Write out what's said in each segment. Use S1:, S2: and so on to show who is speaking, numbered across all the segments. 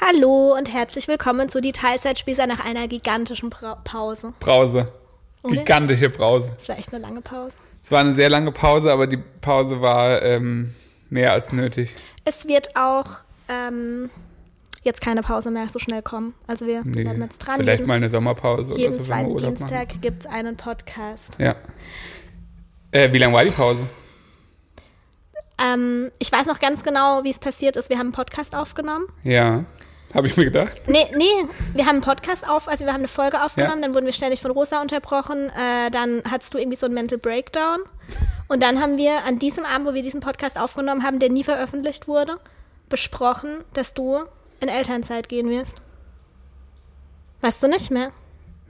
S1: Hallo und herzlich willkommen zu die Teilzeitspießer nach einer gigantischen Bra Pause.
S2: Brause.
S1: Okay.
S2: Gigantische Brause.
S1: Das war echt eine lange Pause.
S2: Es war eine sehr lange Pause, aber die Pause war ähm, mehr als nötig.
S1: Es wird auch ähm, jetzt keine Pause mehr so schnell kommen. Also wir
S2: Nee.
S1: bleiben jetzt dran.
S2: Um Vielleicht
S1: jeden
S2: mal eine Sommerpause
S1: jeden
S2: oder so, also wenn wir
S1: zweiten
S2: Urlaub
S1: Dienstag gibt es einen Podcast.
S2: machen. Ja. Äh, wie lang war die Pause?
S1: Ähm, ich weiß noch ganz genau, wie es passiert ist. Wir haben einen Podcast aufgenommen.
S2: Ja. Habe ich mir gedacht.
S1: Nee, nee, wir haben einen Podcast auf, also wir haben eine Folge aufgenommen,
S2: Ja.
S1: dann wurden wir ständig von Rosa unterbrochen, äh, dann hattest du irgendwie so einen Mental Breakdown. Und dann haben wir an diesem Abend, wo wir diesen Podcast aufgenommen haben, der nie veröffentlicht wurde, besprochen, dass du in Elternzeit gehen wirst. Weißt du nicht mehr?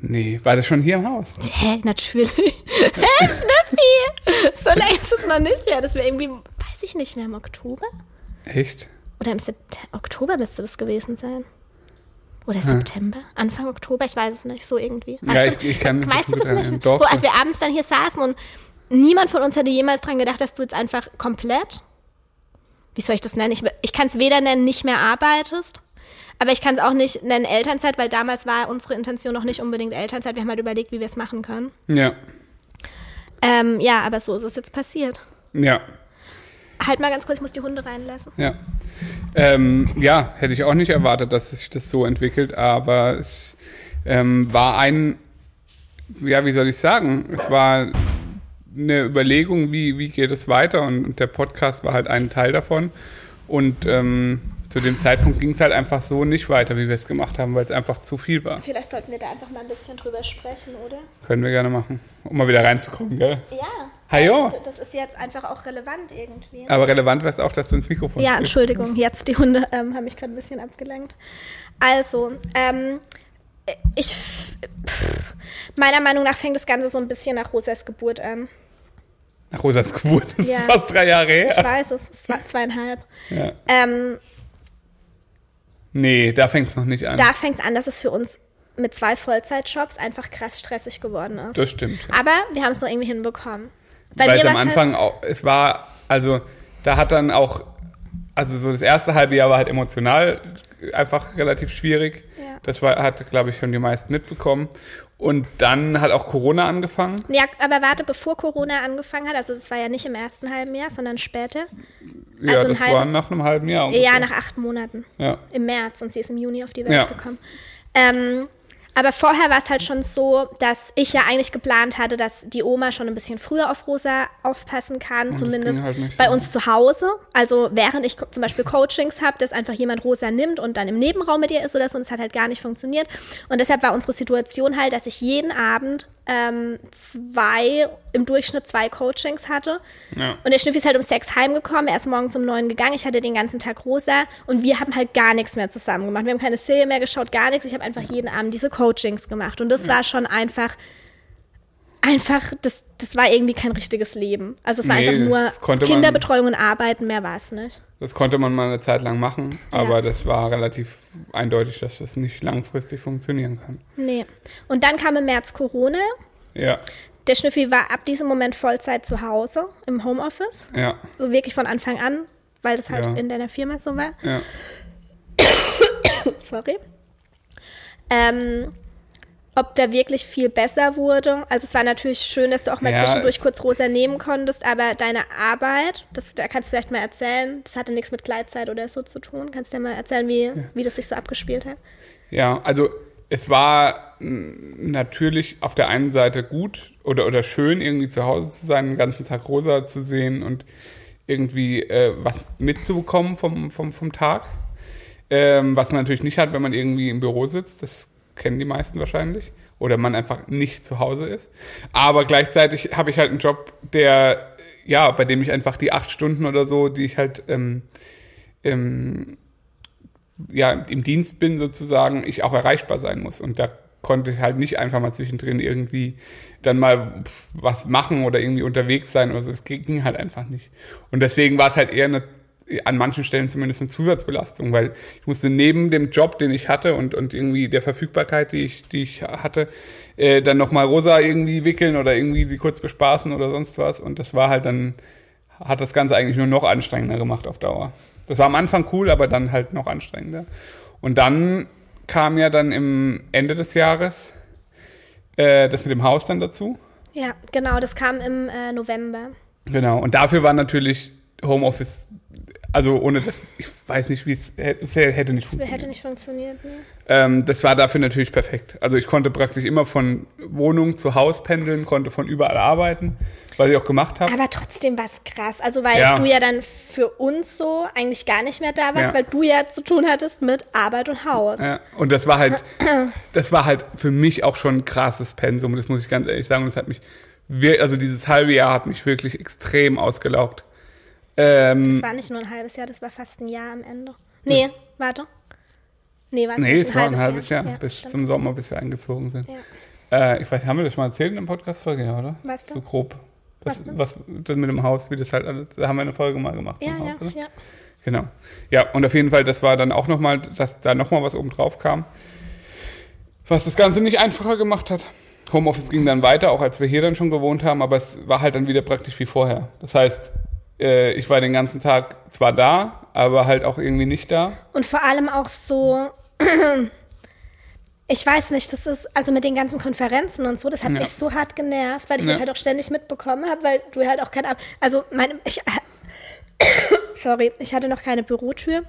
S2: Nee, war das schon hier im Haus?
S1: Hä, natürlich. Hä, Schnüffi! So lange ist es noch nicht her, dass wir irgendwie, weiß ich nicht mehr, im Oktober?
S2: Echt?
S1: Oder im Sept Oktober müsste das gewesen sein. Oder September, Anfang Oktober, ich weiß es nicht, so irgendwie.
S2: Hm. Ja,
S1: Weißt
S2: ich- ich kann mich so
S1: Weißt du
S2: gut
S1: das nicht?
S2: erinnern. Doch,
S1: so,
S2: so-
S1: als wir abends dann hier saßen und niemand von uns hätte jemals dran gedacht, dass du jetzt einfach komplett, wie soll ich das nennen? Ich, ich kann es weder nennen, nicht mehr arbeitest, aber ich kann es auch nicht nennen Elternzeit, weil damals war unsere Intention noch nicht unbedingt Elternzeit. Wir haben halt überlegt, wie wir es machen können.
S2: Ja.
S1: Ähm, ja, aber so ist es jetzt passiert.
S2: Ja.
S1: Halt mal ganz kurz, ich muss die Hunde reinlassen.
S2: Ja. Ähm, ja, hätte ich auch nicht erwartet, dass sich das so entwickelt, aber es ähm, war ein, ja, wie soll ich sagen, es war eine Überlegung, wie, wie geht es weiter und, und der Podcast war halt ein Teil davon und ähm, zu dem Zeitpunkt ging es halt einfach so nicht weiter, wie wir es gemacht haben, weil es einfach zu viel war.
S1: Vielleicht sollten wir da einfach mal ein bisschen drüber sprechen, oder?
S2: Können wir gerne machen, um mal wieder reinzukommen, gell?
S1: Ja.
S2: Hajo.
S1: Das ist jetzt einfach auch relevant irgendwie.
S2: Oh. Aber relevant wäre es auch, dass du ins Mikrofon
S1: Ja,
S2: sprichst.
S1: Entschuldigung, jetzt die Hunde ähm, haben mich gerade ein bisschen abgelenkt. Also, ähm, ich. Pff, meiner Meinung nach fängt das Ganze so ein bisschen nach Rosas Geburt an.
S2: Nach Rosas Geburt, das
S1: Ja.
S2: ist fast drei Jahre her.
S1: Ich weiß es, es war zweieinhalb.
S2: Ja.
S1: Ähm,
S2: Nee, da fängt es noch nicht an.
S1: da fängt es an, dass es für uns mit zwei Vollzeitjobs einfach krass stressig geworden ist.
S2: Das stimmt.
S1: Aber wir haben es noch irgendwie hinbekommen.
S2: Weil es am
S1: war's halt-
S2: Anfang auch, es war, also da hat dann auch, also so das erste halbe Jahr war halt emotional einfach relativ schwierig.
S1: Ja.
S2: Das war, hat, glaube ich, schon die meisten mitbekommen. Und dann hat auch Corona angefangen.
S1: Ja, aber warte, bevor Corona angefangen hat, also das war ja nicht im ersten halben Jahr, sondern später.
S2: Ja,
S1: Also ein
S2: das war
S1: halbes-
S2: nach einem halben Jahr. ungefähr.
S1: Ja, nach acht Monaten.
S2: Ja.
S1: Im März und sie ist im Juni auf die Welt
S2: Ja.
S1: gekommen. Ähm, aber vorher war es halt schon so, dass ich ja eigentlich geplant hatte, dass die Oma schon ein bisschen früher auf Rosa aufpassen kann,
S2: das
S1: zumindest
S2: ging halt nicht
S1: bei
S2: so.
S1: uns zu Hause. Also während ich zum Beispiel Coachings habe, dass einfach jemand Rosa nimmt und dann im Nebenraum mit ihr ist oder so, und es hat halt gar nicht funktioniert. Und deshalb war unsere Situation halt, dass ich jeden Abend ähm, zwei, im Durchschnitt zwei Coachings hatte.
S2: Ja.
S1: Und der Schnüffi ist halt um sechs heimgekommen, er ist morgens um neun gegangen. Ich hatte den ganzen Tag rosa und wir haben halt gar nichts mehr zusammen gemacht. Wir haben keine Serie mehr geschaut, gar nichts. Ich habe einfach jeden Abend diese Coachings gemacht. Und das war schon einfach, einfach, das, das war irgendwie kein richtiges Leben. Also es war
S2: Nee, das
S1: einfach nur
S2: konnte man-
S1: Kinderbetreuung und Arbeiten, mehr war es nicht.
S2: Das konnte man mal eine Zeit lang machen, aber
S1: Ja.
S2: das war relativ eindeutig, dass das nicht langfristig funktionieren kann.
S1: Nee. Und dann kam im März Corona.
S2: Ja,
S1: Der Schnüffi war ab diesem Moment Vollzeit zu Hause im Homeoffice.
S2: ja,
S1: So wirklich von Anfang an, weil das halt
S2: Ja.
S1: in deiner Firma so war.
S2: ja.
S1: sorry, ähm, ob da wirklich viel besser wurde. Also es war natürlich schön, dass du auch mal
S2: Ja,
S1: zwischendurch
S2: es-
S1: kurz Rosa nehmen konntest, aber deine Arbeit, das, da kannst du vielleicht mal erzählen, das hatte nichts mit Gleitzeit oder so zu tun. Kannst du dir mal erzählen, wie, wie das sich so abgespielt hat?
S2: Ja, also es war n- natürlich auf der einen Seite gut oder, oder schön, irgendwie zu Hause zu sein, den ganzen Tag rosa zu sehen und irgendwie äh, was mitzubekommen vom, vom, vom Tag. Ähm, was man natürlich nicht hat, wenn man irgendwie im Büro sitzt. Das kennen die meisten wahrscheinlich. Oder man einfach nicht zu Hause ist. Aber gleichzeitig habe ich halt einen Job, der, ja, bei dem ich einfach die acht Stunden oder so, die ich halt ähm, ähm, ja, im Dienst bin sozusagen, ich auch erreichbar sein muss. Und da konnte ich halt nicht einfach mal zwischendrin irgendwie dann mal pf, was machen oder irgendwie unterwegs sein oder so. Es ging halt einfach nicht. Und deswegen war es halt eher eine, an manchen Stellen zumindest eine Zusatzbelastung, weil ich musste neben dem Job, den ich hatte und, und irgendwie der Verfügbarkeit, die ich, die ich hatte, äh, dann nochmal Rosa irgendwie wickeln oder irgendwie sie kurz bespaßen oder sonst was. Und das war halt dann, hat das Ganze eigentlich nur noch anstrengender gemacht auf Dauer. Das war am Anfang cool, aber dann halt noch anstrengender. Und dann kam ja dann im Ende des Jahres äh, das mit dem Haus dann dazu.
S1: Ja, genau, das kam im äh, November.
S2: Genau. Und dafür war natürlich Homeoffice, also ohne das, ich weiß nicht, wie es hätte, es hätte nicht
S1: Das
S2: funktioniert.
S1: hätte nicht funktioniert, ne?
S2: Ähm, das war dafür natürlich perfekt. Also ich konnte praktisch immer von Wohnung zu Haus pendeln, konnte von überall arbeiten, was ich auch gemacht habe.
S1: Aber trotzdem war es krass. Also, weil
S2: Ja.
S1: du ja dann für uns so eigentlich gar nicht mehr da warst,
S2: Ja.
S1: weil du ja zu tun hattest mit Arbeit und Haus.
S2: Ja, und das war halt, das war halt für mich auch schon ein krasses Pensum, das muss ich ganz ehrlich sagen. Und Das hat mich, wir- also dieses halbe Jahr hat mich wirklich extrem ausgelaugt. Ähm,
S1: Das war nicht nur ein halbes Jahr, das war fast ein Jahr am Ende. Nee, warte. Nee, war es
S2: nee,
S1: nicht
S2: es war ein halbes Jahr, bis
S1: stimmt.
S2: zum Sommer, bis wir eingezogen sind.
S1: Ja.
S2: Äh, ich weiß, haben wir das schon mal erzählt in der Podcast-Folge, ja, oder?
S1: Was denn?
S2: So grob. Das,
S1: Was denn?
S2: was, das mit dem Haus, wie das halt alles, da haben wir eine Folge mal gemacht. zum
S1: Ja,
S2: Haus,
S1: ja,
S2: oder?
S1: ja.
S2: Genau. Ja, und auf jeden Fall, das war dann auch nochmal, dass da nochmal was oben drauf kam, was das Ganze nicht einfacher gemacht hat. Homeoffice ging dann weiter, auch als wir hier dann schon gewohnt haben, aber es war halt dann wieder praktisch wie vorher. Das heißt, äh, ich war den ganzen Tag zwar da, aber halt auch irgendwie nicht da.
S1: Und vor allem auch so, ich weiß nicht, das ist, also mit den ganzen Konferenzen und so, das hat
S2: Ja.
S1: mich so hart genervt, weil ich
S2: Ja.
S1: das halt auch ständig mitbekommen habe, weil du halt auch kein, Ab- also meine, ich, sorry, ich hatte noch keine Bürotür.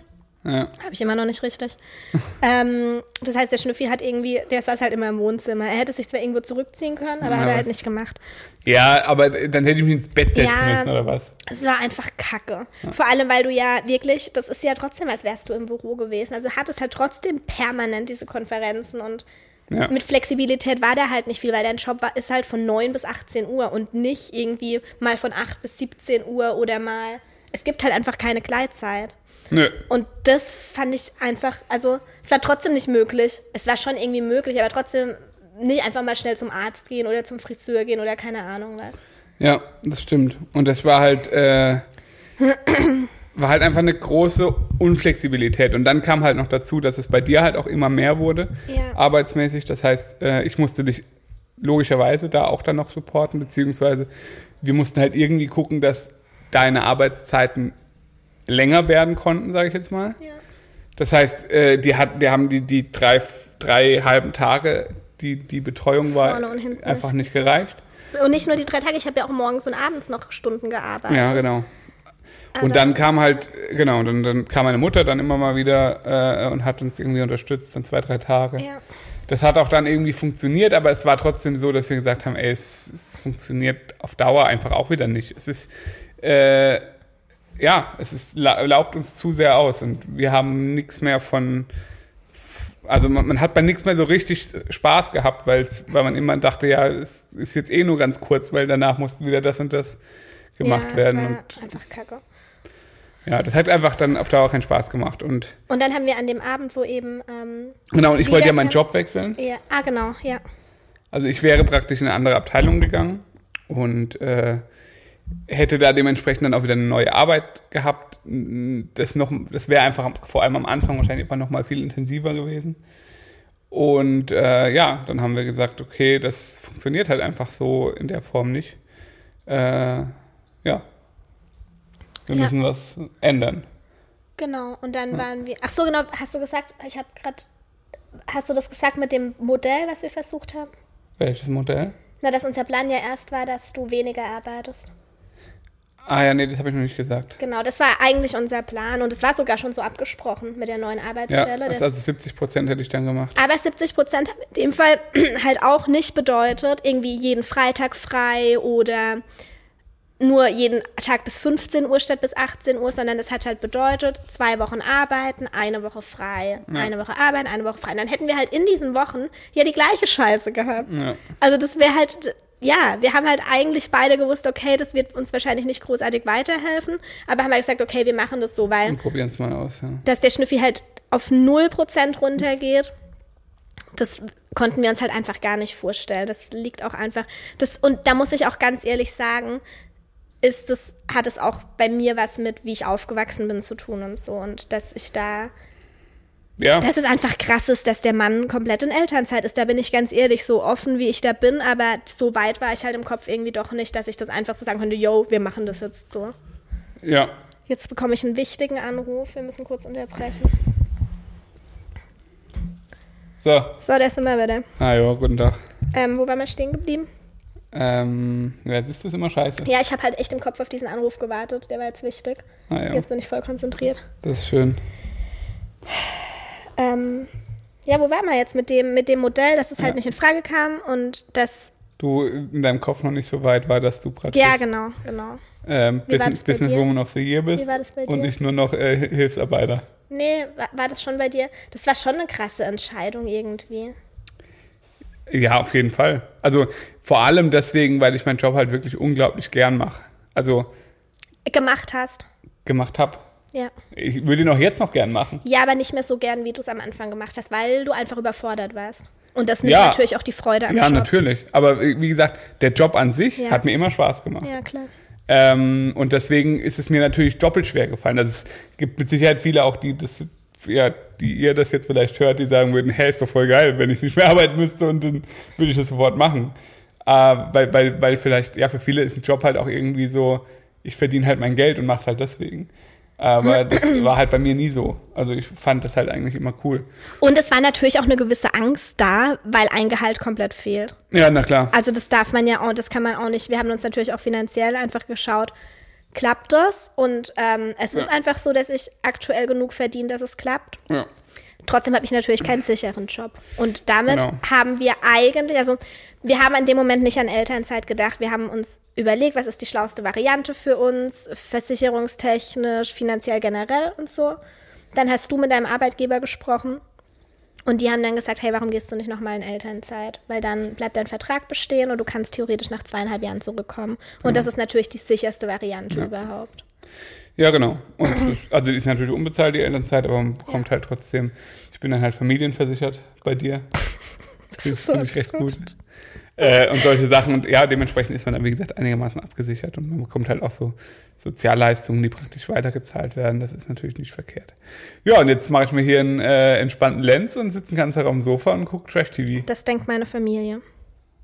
S2: Ja.
S1: Habe ich immer noch nicht richtig. ähm, das heißt, der Schnüffi hat irgendwie, der saß halt immer im Wohnzimmer. Er hätte sich zwar irgendwo zurückziehen können, aber
S2: Ja,
S1: hat er
S2: aber
S1: halt
S2: es-
S1: nicht gemacht.
S2: ja, aber dann hätte ich mich ins Bett setzen
S1: Ja.
S2: müssen oder was.
S1: Es war einfach kacke. Vor allem, weil du ja wirklich, das ist ja trotzdem, als wärst du im Büro gewesen. Also hattest halt trotzdem permanent diese Konferenzen und
S2: Ja.
S1: mit Flexibilität war da halt nicht viel, weil dein Job war, ist halt von 9 bis 18 Uhr und nicht irgendwie mal von 8 bis 17 Uhr oder mal. Es gibt halt einfach keine Gleitzeit.
S2: Nö.
S1: Und das fand ich einfach, also es war trotzdem nicht möglich. Es war schon irgendwie möglich, aber trotzdem nicht einfach mal schnell zum Arzt gehen oder zum Friseur gehen oder keine Ahnung was.
S2: Ja, das stimmt. Und das war halt, äh, war halt einfach eine große Unflexibilität. Und dann kam halt noch dazu, dass es bei dir halt auch immer mehr wurde,
S1: Ja.
S2: arbeitsmäßig. Das heißt, äh, ich musste dich logischerweise da auch dann noch supporten, beziehungsweise wir mussten halt irgendwie gucken, dass deine Arbeitszeiten länger werden konnten, sage ich jetzt mal.
S1: Ja.
S2: Das heißt, äh, die, hat, die haben die, die drei, drei halben Tage, die, die Betreuung war,
S1: Vorne und hinten
S2: einfach nicht gereicht.
S1: Und nicht nur die drei Tage, ich habe ja auch morgens und abends noch Stunden gearbeitet.
S2: Ja, genau. Und
S1: Aber-
S2: dann kam halt, genau, dann, dann kam meine Mutter dann immer mal wieder äh, und hat uns irgendwie unterstützt, dann zwei, drei Tage.
S1: Ja.
S2: Das hat auch dann irgendwie funktioniert, aber es war trotzdem so, dass wir gesagt haben, ey, es, es funktioniert auf Dauer einfach auch wieder nicht. Es ist, äh, ja, es ist, la- laugt uns zu sehr aus und wir haben nichts mehr von, also man, man hat bei nichts mehr so richtig Spaß gehabt, weil's, weil man immer dachte, ja, es ist jetzt eh nur ganz kurz, weil danach musste wieder das und das gemacht
S1: ja,
S2: werden.
S1: Es war
S2: Und
S1: einfach kacke.
S2: ja, das hat einfach dann auf Dauer keinen Spaß gemacht. Und
S1: Und dann haben wir an dem Abend, wo eben, ähm,
S2: genau, und ich wollte
S1: Wieder
S2: ja meinen
S1: kein-
S2: Job wechseln.
S1: ja, ah genau, ja.
S2: Also ich wäre praktisch in eine andere Abteilung gegangen und äh, hätte da dementsprechend dann auch wieder eine neue Arbeit gehabt. Mm, Das, noch, das wäre einfach am- vor allem am Anfang wahrscheinlich einfach nochmal viel intensiver gewesen. Und äh, ja, dann haben wir gesagt, okay, das funktioniert halt einfach so in der Form nicht. Äh, ja.
S1: Ja.
S2: Wir müssen was ändern.
S1: Genau, und dann waren wir. Ach so, genau, hast du gesagt, ich habe gerade. Hast du das gesagt mit dem Modell, was wir versucht haben?
S2: Welches Modell?
S1: Na, dass unser Plan ja erst war, dass du weniger arbeitest.
S2: Ah ja, nee, das habe ich noch nicht gesagt.
S1: Genau, das war eigentlich unser Plan und es war sogar schon so abgesprochen mit der neuen
S2: Ja,
S1: Arbeitsstelle.
S2: das
S1: dass-
S2: ist also 70 Prozent hätte ich dann gemacht.
S1: aber 70 Prozent haben in dem Fall halt auch nicht bedeutet, irgendwie jeden Freitag frei oder nur jeden Tag bis 15 Uhr statt bis 18 Uhr, sondern das hat halt bedeutet, zwei Wochen arbeiten, eine Woche frei,
S2: Ja.
S1: eine Woche arbeiten, eine Woche frei. Und dann hätten wir halt in diesen Wochen ja die gleiche Scheiße gehabt.
S2: Ja.
S1: Also das wäre halt, ja, wir haben halt eigentlich beide gewusst, okay, das wird uns wahrscheinlich nicht großartig weiterhelfen, aber haben halt gesagt, okay, wir machen das so, weil
S2: Wir probieren es mal aus, ja.
S1: dass der Schnüffi halt auf 0% runtergeht, das konnten wir uns halt einfach gar nicht vorstellen. Das liegt auch einfach. Das, und da muss ich auch ganz ehrlich sagen, ist es, hat es auch bei mir was mit, wie ich aufgewachsen bin, zu tun und so. Und dass ich da.
S2: Ja,
S1: Dass es einfach krass ist, dass der Mann komplett in Elternzeit ist. Da bin ich ganz ehrlich, so offen wie ich da bin, aber so weit war ich halt im Kopf irgendwie doch nicht, dass ich das einfach so sagen könnte, yo, wir machen das jetzt so.
S2: ja.
S1: Jetzt bekomme ich einen wichtigen Anruf, wir müssen kurz unterbrechen.
S2: So,
S1: So, da sind wir wieder.
S2: na ja, guten Tag.
S1: Ähm, wo waren wir stehen geblieben?
S2: Ähm, ja, das ist das immer scheiße.
S1: Ja, ich habe halt echt im Kopf auf diesen Anruf gewartet. Der war jetzt wichtig.
S2: Na ja,
S1: Jetzt bin ich voll konzentriert.
S2: das ist schön.
S1: Ähm, ja, wo waren wir jetzt mit dem, mit dem Modell, dass es halt nicht in Frage kam und das.
S2: Du in deinem Kopf noch nicht so weit war, dass du praktisch
S1: Ja, genau, genau.
S2: ähm,
S1: Wie war
S2: Business,
S1: das bei
S2: Businesswoman of the Year bist
S1: Wie war das bei
S2: und
S1: dir?
S2: nicht nur noch äh, Hilfsarbeiter.
S1: Nee, war, war das schon bei dir? Das war schon eine krasse Entscheidung irgendwie.
S2: Ja, auf jeden Fall. Also vor allem deswegen, weil ich meinen Job halt wirklich unglaublich gern mache. Also
S1: Gemacht hast.
S2: gemacht habe.
S1: Ja.
S2: Ich würde ihn auch jetzt noch gern machen.
S1: Ja, aber nicht mehr so gern, wie du es am Anfang gemacht hast, weil du einfach überfordert warst. Und das nimmt
S2: Ja.
S1: natürlich auch die Freude am
S2: Ja,
S1: Job.
S2: natürlich. Aber äh, wie gesagt, der Job an sich
S1: Ja.
S2: hat mir immer Spaß gemacht.
S1: Ja, klar.
S2: Ähm, und deswegen ist es mir natürlich doppelt schwer gefallen. Also es gibt mit Sicherheit viele auch, die das, ja, die ihr das jetzt vielleicht hört, die sagen würden, hey, ist doch voll geil, wenn ich nicht mehr arbeiten müsste und dann würde ich das sofort machen. Äh, weil, weil, weil vielleicht, ja, für viele ist ein Job halt auch irgendwie so, ich verdiene halt mein Geld und mach's halt deswegen. Aber das war halt bei mir nie so. Also ich fand das halt eigentlich immer cool.
S1: Und es war natürlich auch eine gewisse Angst da, weil ein Gehalt komplett fehlt.
S2: Ja, na klar.
S1: Also das darf man ja auch, das kann man auch nicht. Wir haben uns natürlich auch finanziell einfach geschaut, klappt das? Und ähm, es ist
S2: Ja.
S1: einfach so, dass ich aktuell genug verdiene, dass es klappt.
S2: Ja.
S1: Trotzdem habe ich natürlich keinen sicheren Job. Und damit
S2: Genau.
S1: haben wir eigentlich, also wir haben in dem Moment nicht an Elternzeit gedacht. Wir haben uns überlegt, was ist die schlauste Variante für uns, versicherungstechnisch, finanziell generell und so. Dann hast du mit deinem Arbeitgeber gesprochen und die haben dann gesagt, hey, warum gehst du nicht nochmal in Elternzeit? Weil dann bleibt dein Vertrag bestehen und du kannst theoretisch nach zweieinhalb Jahren zurückkommen.
S2: Genau.
S1: Und das ist natürlich die sicherste Variante überhaupt.
S2: Ja, genau. Und das, also die ist natürlich unbezahlt, die Elternzeit, aber man bekommt halt trotzdem, ich bin dann halt familienversichert bei dir. Das,
S1: ist so
S2: finde ich recht
S1: absurd.
S2: gut. Äh, und solche Sachen. Und ja, dementsprechend ist man dann, wie gesagt, einigermaßen abgesichert und man bekommt halt auch so Sozialleistungen, die praktisch weitergezahlt werden. Das ist natürlich nicht verkehrt. Ja, und jetzt mache ich mir hier einen äh, entspannten Lenz und sitze den ganzen Tag am Sofa und gucke Trash-TV.
S1: Das denkt meine Familie.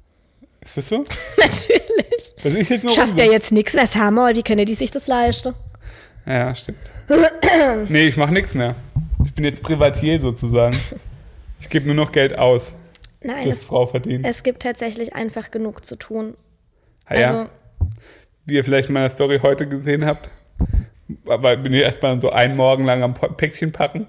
S2: Ist das so?
S1: natürlich.
S2: Dass ich jetzt nur
S1: Schafft er jetzt nichts mehr, Samuel, wie können die sich das leisten?
S2: Ja, stimmt. nee, ich mache nichts mehr. Ich bin jetzt Privatier sozusagen. Ich gebe nur noch Geld aus,
S1: Nein,
S2: das
S1: es,
S2: Frau verdient.
S1: es gibt tatsächlich einfach genug zu tun.
S2: Ah ja,
S1: Also,
S2: wie ihr vielleicht in meiner Story heute gesehen habt. Aber bin ich erstmal so einen Morgen lang am Pa- Päckchen packen.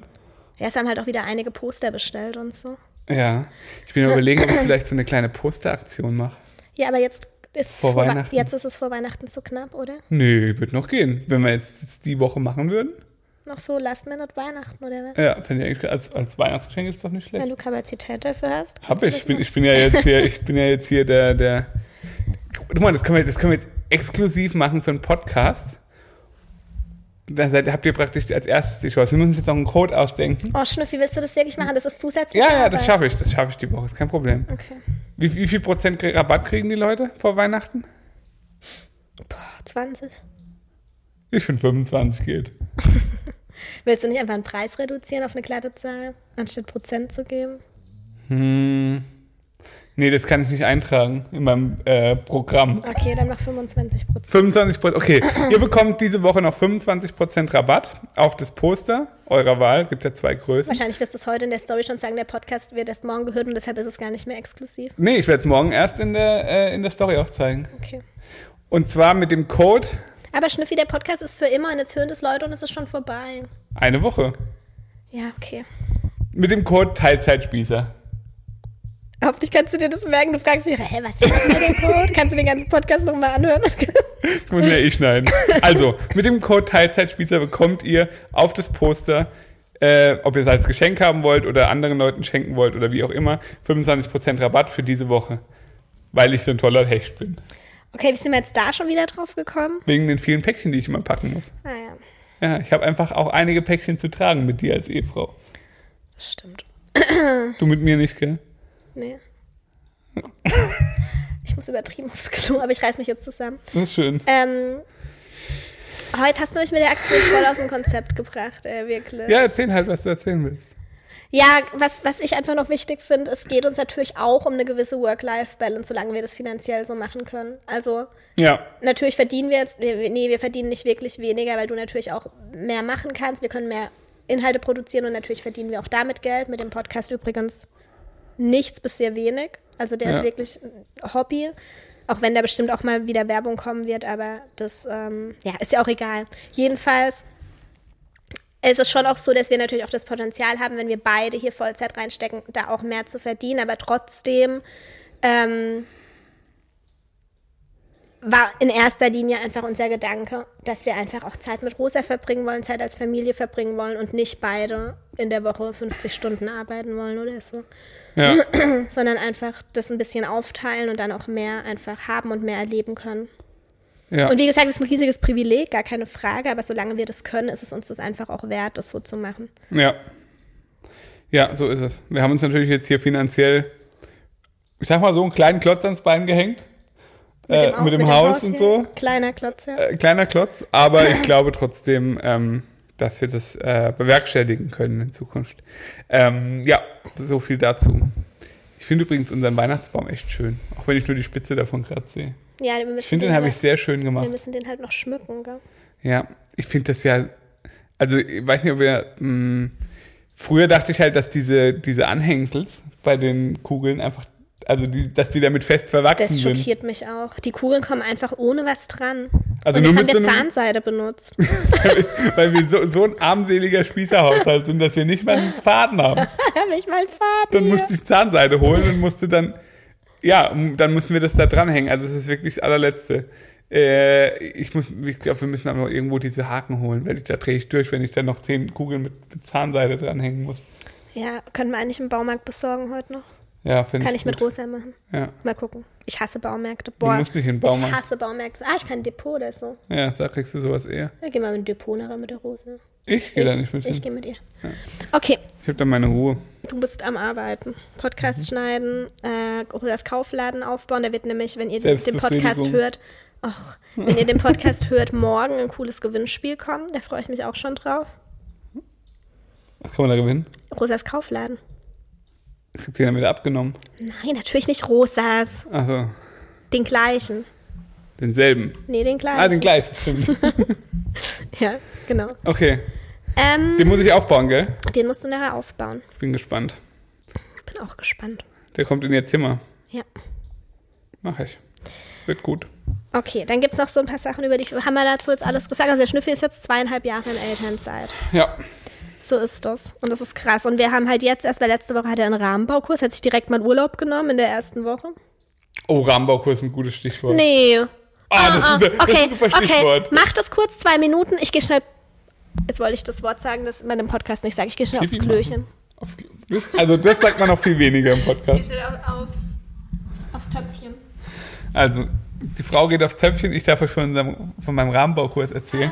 S1: ja, es haben halt auch wieder einige Poster bestellt und so.
S2: Ja. Ich bin überlegen, ob ich vielleicht so eine kleine Posteraktion mache.
S1: Ja, aber jetzt ist,
S2: Vor
S1: es Wa-
S2: Weihnachten.
S1: jetzt ist es vor Weihnachten zu knapp, oder?
S2: Nö, wird noch gehen. Wenn wir jetzt das die Woche machen würden.
S1: Noch so Last-Minute-Weihnachten oder was?
S2: Ja, finde ich eigentlich, als, als Weihnachtsgeschenk ist doch nicht schlecht.
S1: Wenn du Kapazität dafür hast.
S2: Hab ich. Ich bin, ich bin ja jetzt hier, ich bin ja jetzt hier der, der. Guck mal, das können wir, das können wir jetzt exklusiv machen für einen Podcast. Dann seid, habt ihr praktisch als erstes die Chance. Wir müssen uns jetzt noch einen Code ausdenken.
S1: Oh, Schnüffi, willst du das wirklich machen? Das ist zusätzlich.
S2: Ja, ja, das schaffe ich. Das schaffe ich die Woche. Ist kein Problem.
S1: Okay.
S2: Wie, wie viel Prozent krie- Rabatt kriegen die Leute vor Weihnachten?
S1: Boah, 20.
S2: Ich finde 25 geht.
S1: Willst du nicht einfach einen Preis reduzieren auf eine glatte Zahl, anstatt Prozent zu geben?
S2: Hm. Nee, das kann ich nicht eintragen in meinem äh, Programm.
S1: Okay, dann mach 25 Prozent.
S2: 25 Prozent. Okay, ihr bekommt diese Woche noch 25 Prozent Rabatt auf das Poster eurer Wahl. Es gibt ja zwei Größen.
S1: Wahrscheinlich wirst du es heute in der Story schon sagen, der Podcast wird erst morgen gehört und deshalb ist es gar nicht mehr exklusiv.
S2: Nee, ich werde es morgen erst in der, äh, in der Story auch zeigen.
S1: Okay.
S2: Und zwar mit dem Code
S1: Aber Schnüffi, der Podcast ist für immer und jetzt hören das Leute und es ist schon vorbei.
S2: eine Woche.
S1: Ja, okay.
S2: Mit dem Code Teilzeitspießer.
S1: Hoffentlich kannst du dir das merken. Du fragst mich, hä, was ist denn der Code? Kannst du den ganzen Podcast nochmal anhören?
S2: Muss ja ich eh schneiden. Also, mit dem Code Teilzeitspießer bekommt ihr auf das Poster, äh, ob ihr es als Geschenk haben wollt oder anderen Leuten schenken wollt oder wie auch immer, 25% Rabatt für diese Woche. Weil ich so ein toller Hecht bin.
S1: okay, wie sind wir jetzt da schon wieder drauf gekommen?
S2: Wegen den vielen Päckchen, die ich immer packen muss.
S1: Ah ja,
S2: Ja, ich habe einfach auch einige Päckchen zu tragen mit dir als Ehefrau.
S1: das stimmt.
S2: Du mit mir nicht, gell?
S1: Nee. Ich muss übertrieben aufs Klo, aber ich reiß mich jetzt zusammen.
S2: Das ist schön.
S1: Ähm, heute hast du mich mit der Aktion voll aus dem Konzept gebracht, ey, wirklich.
S2: Ja, erzähl halt, was du erzählen willst.
S1: Ja, was, was ich einfach noch wichtig finde, es geht uns natürlich auch um eine gewisse Work-Life-Balance, solange wir das finanziell so machen können. Also
S2: Ja,
S1: natürlich verdienen wir jetzt, wir- wir- nee, wir verdienen nicht wirklich weniger, weil du natürlich auch mehr machen kannst. Wir können mehr Inhalte produzieren und natürlich verdienen wir auch damit Geld, mit dem Podcast übrigens nichts bis sehr wenig. Also der
S2: Ja.
S1: ist wirklich ein Hobby. Auch wenn da bestimmt auch mal wieder Werbung kommen wird, aber das ähm, ja, ist ja auch egal. Jedenfalls ist es schon auch so, dass wir natürlich auch das Potenzial haben, wenn wir beide hier Vollzeit reinstecken, da auch mehr zu verdienen. Aber trotzdem ähm, war in erster Linie einfach unser Gedanke, dass wir einfach auch Zeit mit Rosa verbringen wollen, Zeit als Familie verbringen wollen und nicht beide in der Woche 50 Stunden arbeiten wollen oder so
S2: Ja.
S1: sondern einfach das ein bisschen aufteilen und dann auch mehr einfach haben und mehr erleben können.
S2: ja.
S1: Und wie gesagt, es ist ein riesiges Privileg, gar keine Frage, aber solange wir das können, ist es uns das einfach auch wert, das so zu machen.
S2: Ja. Ja, so ist es. Wir haben uns natürlich jetzt hier finanziell, ich sag mal so, einen kleinen Klotz ans Bein gehängt. äh,
S1: Au-
S2: mit dem Haus und
S1: hier.
S2: so.
S1: Kleiner Klotz, ja.
S2: Äh, kleiner Klotz, aber ich glaube trotzdem, ähm, dass wir das äh, bewerkstelligen können in Zukunft. Ähm, ja, so viel dazu. Ich finde übrigens unseren Weihnachtsbaum echt schön, auch wenn ich nur die Spitze davon gerade sehe.
S1: ja wir müssen
S2: Ich finde, den habe
S1: aber-
S2: ich sehr schön gemacht.
S1: Wir müssen den halt noch schmücken, gell?
S2: Ja, ich finde das ja, also ich weiß nicht, ob wir, mh, früher dachte ich halt, dass diese, diese Anhängsels bei den Kugeln einfach, also die, dass die damit fest verwachsen
S1: Das
S2: sind.
S1: schockiert mich auch. Die Kugeln kommen einfach ohne was dran.
S2: Also
S1: und
S2: nur
S1: jetzt
S2: mit
S1: haben wir
S2: so einem-
S1: Zahnseide benutzt.
S2: Weil wir so, so ein armseliger Spießerhaushalt sind, dass wir nicht mal einen Faden haben.
S1: Da habe ich meinen Faden.
S2: Dann
S1: hier.
S2: musste ich Zahnseide holen und musste dann, ja, m- dann mussten wir das da dranhängen. Also es ist wirklich das allerletzte. Äh, ich muss, ich glaube, wir müssen aber noch irgendwo diese Haken holen, weil ich, da drehe ich durch, wenn ich dann noch zehn Kugeln mit, mit Zahnseide dranhängen muss.
S1: ja, können wir eigentlich im Baumarkt besorgen heute noch?
S2: Ja, finde
S1: Kann ich mit
S2: gut.
S1: Rosa machen.
S2: Ja.
S1: Mal gucken. Ich hasse Baumärkte. Boah,
S2: musst nicht in den Baumarkt.
S1: ich hasse Baumärkte. Ah, ich kann Depot oder so.
S2: Ja, da kriegst du sowas eher.
S1: Ja, geh mal mit dem Depot nachher mit der Rose.
S2: Ich gehe da nicht mit
S1: Ich
S2: hin.
S1: gehe mit ihr. Okay,
S2: Ich habe da meine Ruhe.
S1: du bist am Arbeiten.
S2: Mhm.
S1: Podcast schneiden, äh, das Kaufladen aufbauen. Da wird nämlich, wenn ihr den den Podcast
S2: Selbstbefriedigung.
S1: hört, och, wenn ihr den Podcast hört, morgen ein cooles Gewinnspiel kommen. Da freue ich mich auch schon drauf.
S2: Was kann man da gewinnen?
S1: Rosas Kaufladen.
S2: Kriegt den dann wieder abgenommen.
S1: Nein, natürlich nicht Rosas.
S2: Achso,
S1: Den gleichen.
S2: denselben.
S1: Nee, den gleichen.
S2: Ah, den gleichen, stimmt.
S1: Ja, genau.
S2: Okay, den
S1: Ähm,
S2: muss ich aufbauen, gell?
S1: den musst du nachher aufbauen.
S2: Ich bin gespannt.
S1: Bin auch gespannt.
S2: Der kommt in ihr Zimmer.
S1: Ja.
S2: Mach ich. Wird gut.
S1: Okay, dann gibt es noch so ein paar Sachen, über die haben wir dazu jetzt alles gesagt. Also der Schnüffel ist jetzt zweieinhalb Jahre in Elternzeit.
S2: Ja,
S1: So ist das. Und das ist krass. Und wir haben halt jetzt erst, weil letzte Woche hat er einen Rahmenbaukurs, hat sich direkt mal Urlaub genommen in der ersten Woche.
S2: oh, Rahmenbaukurs ist ein gutes Stichwort.
S1: Nee.
S2: Ah, das,
S1: Ah,
S2: ist ein, das ist
S1: okay,
S2: ein super
S1: okay.
S2: Stichwort.
S1: Mach das kurz, zwei Minuten. Ich gehe schnell. Jetzt wollte ich das Wort sagen, das man im Podcast nicht sagt. Ich gehe schnell aufs
S2: Pipi
S1: Klöchen.
S2: Aufs- das- Also das sagt man noch viel weniger im Podcast.
S1: schnell aufs, aufs Töpfchen.
S2: Also, die Frau geht aufs Töpfchen. Ich darf euch von, unserem- von meinem Rahmenbaukurs erzählen.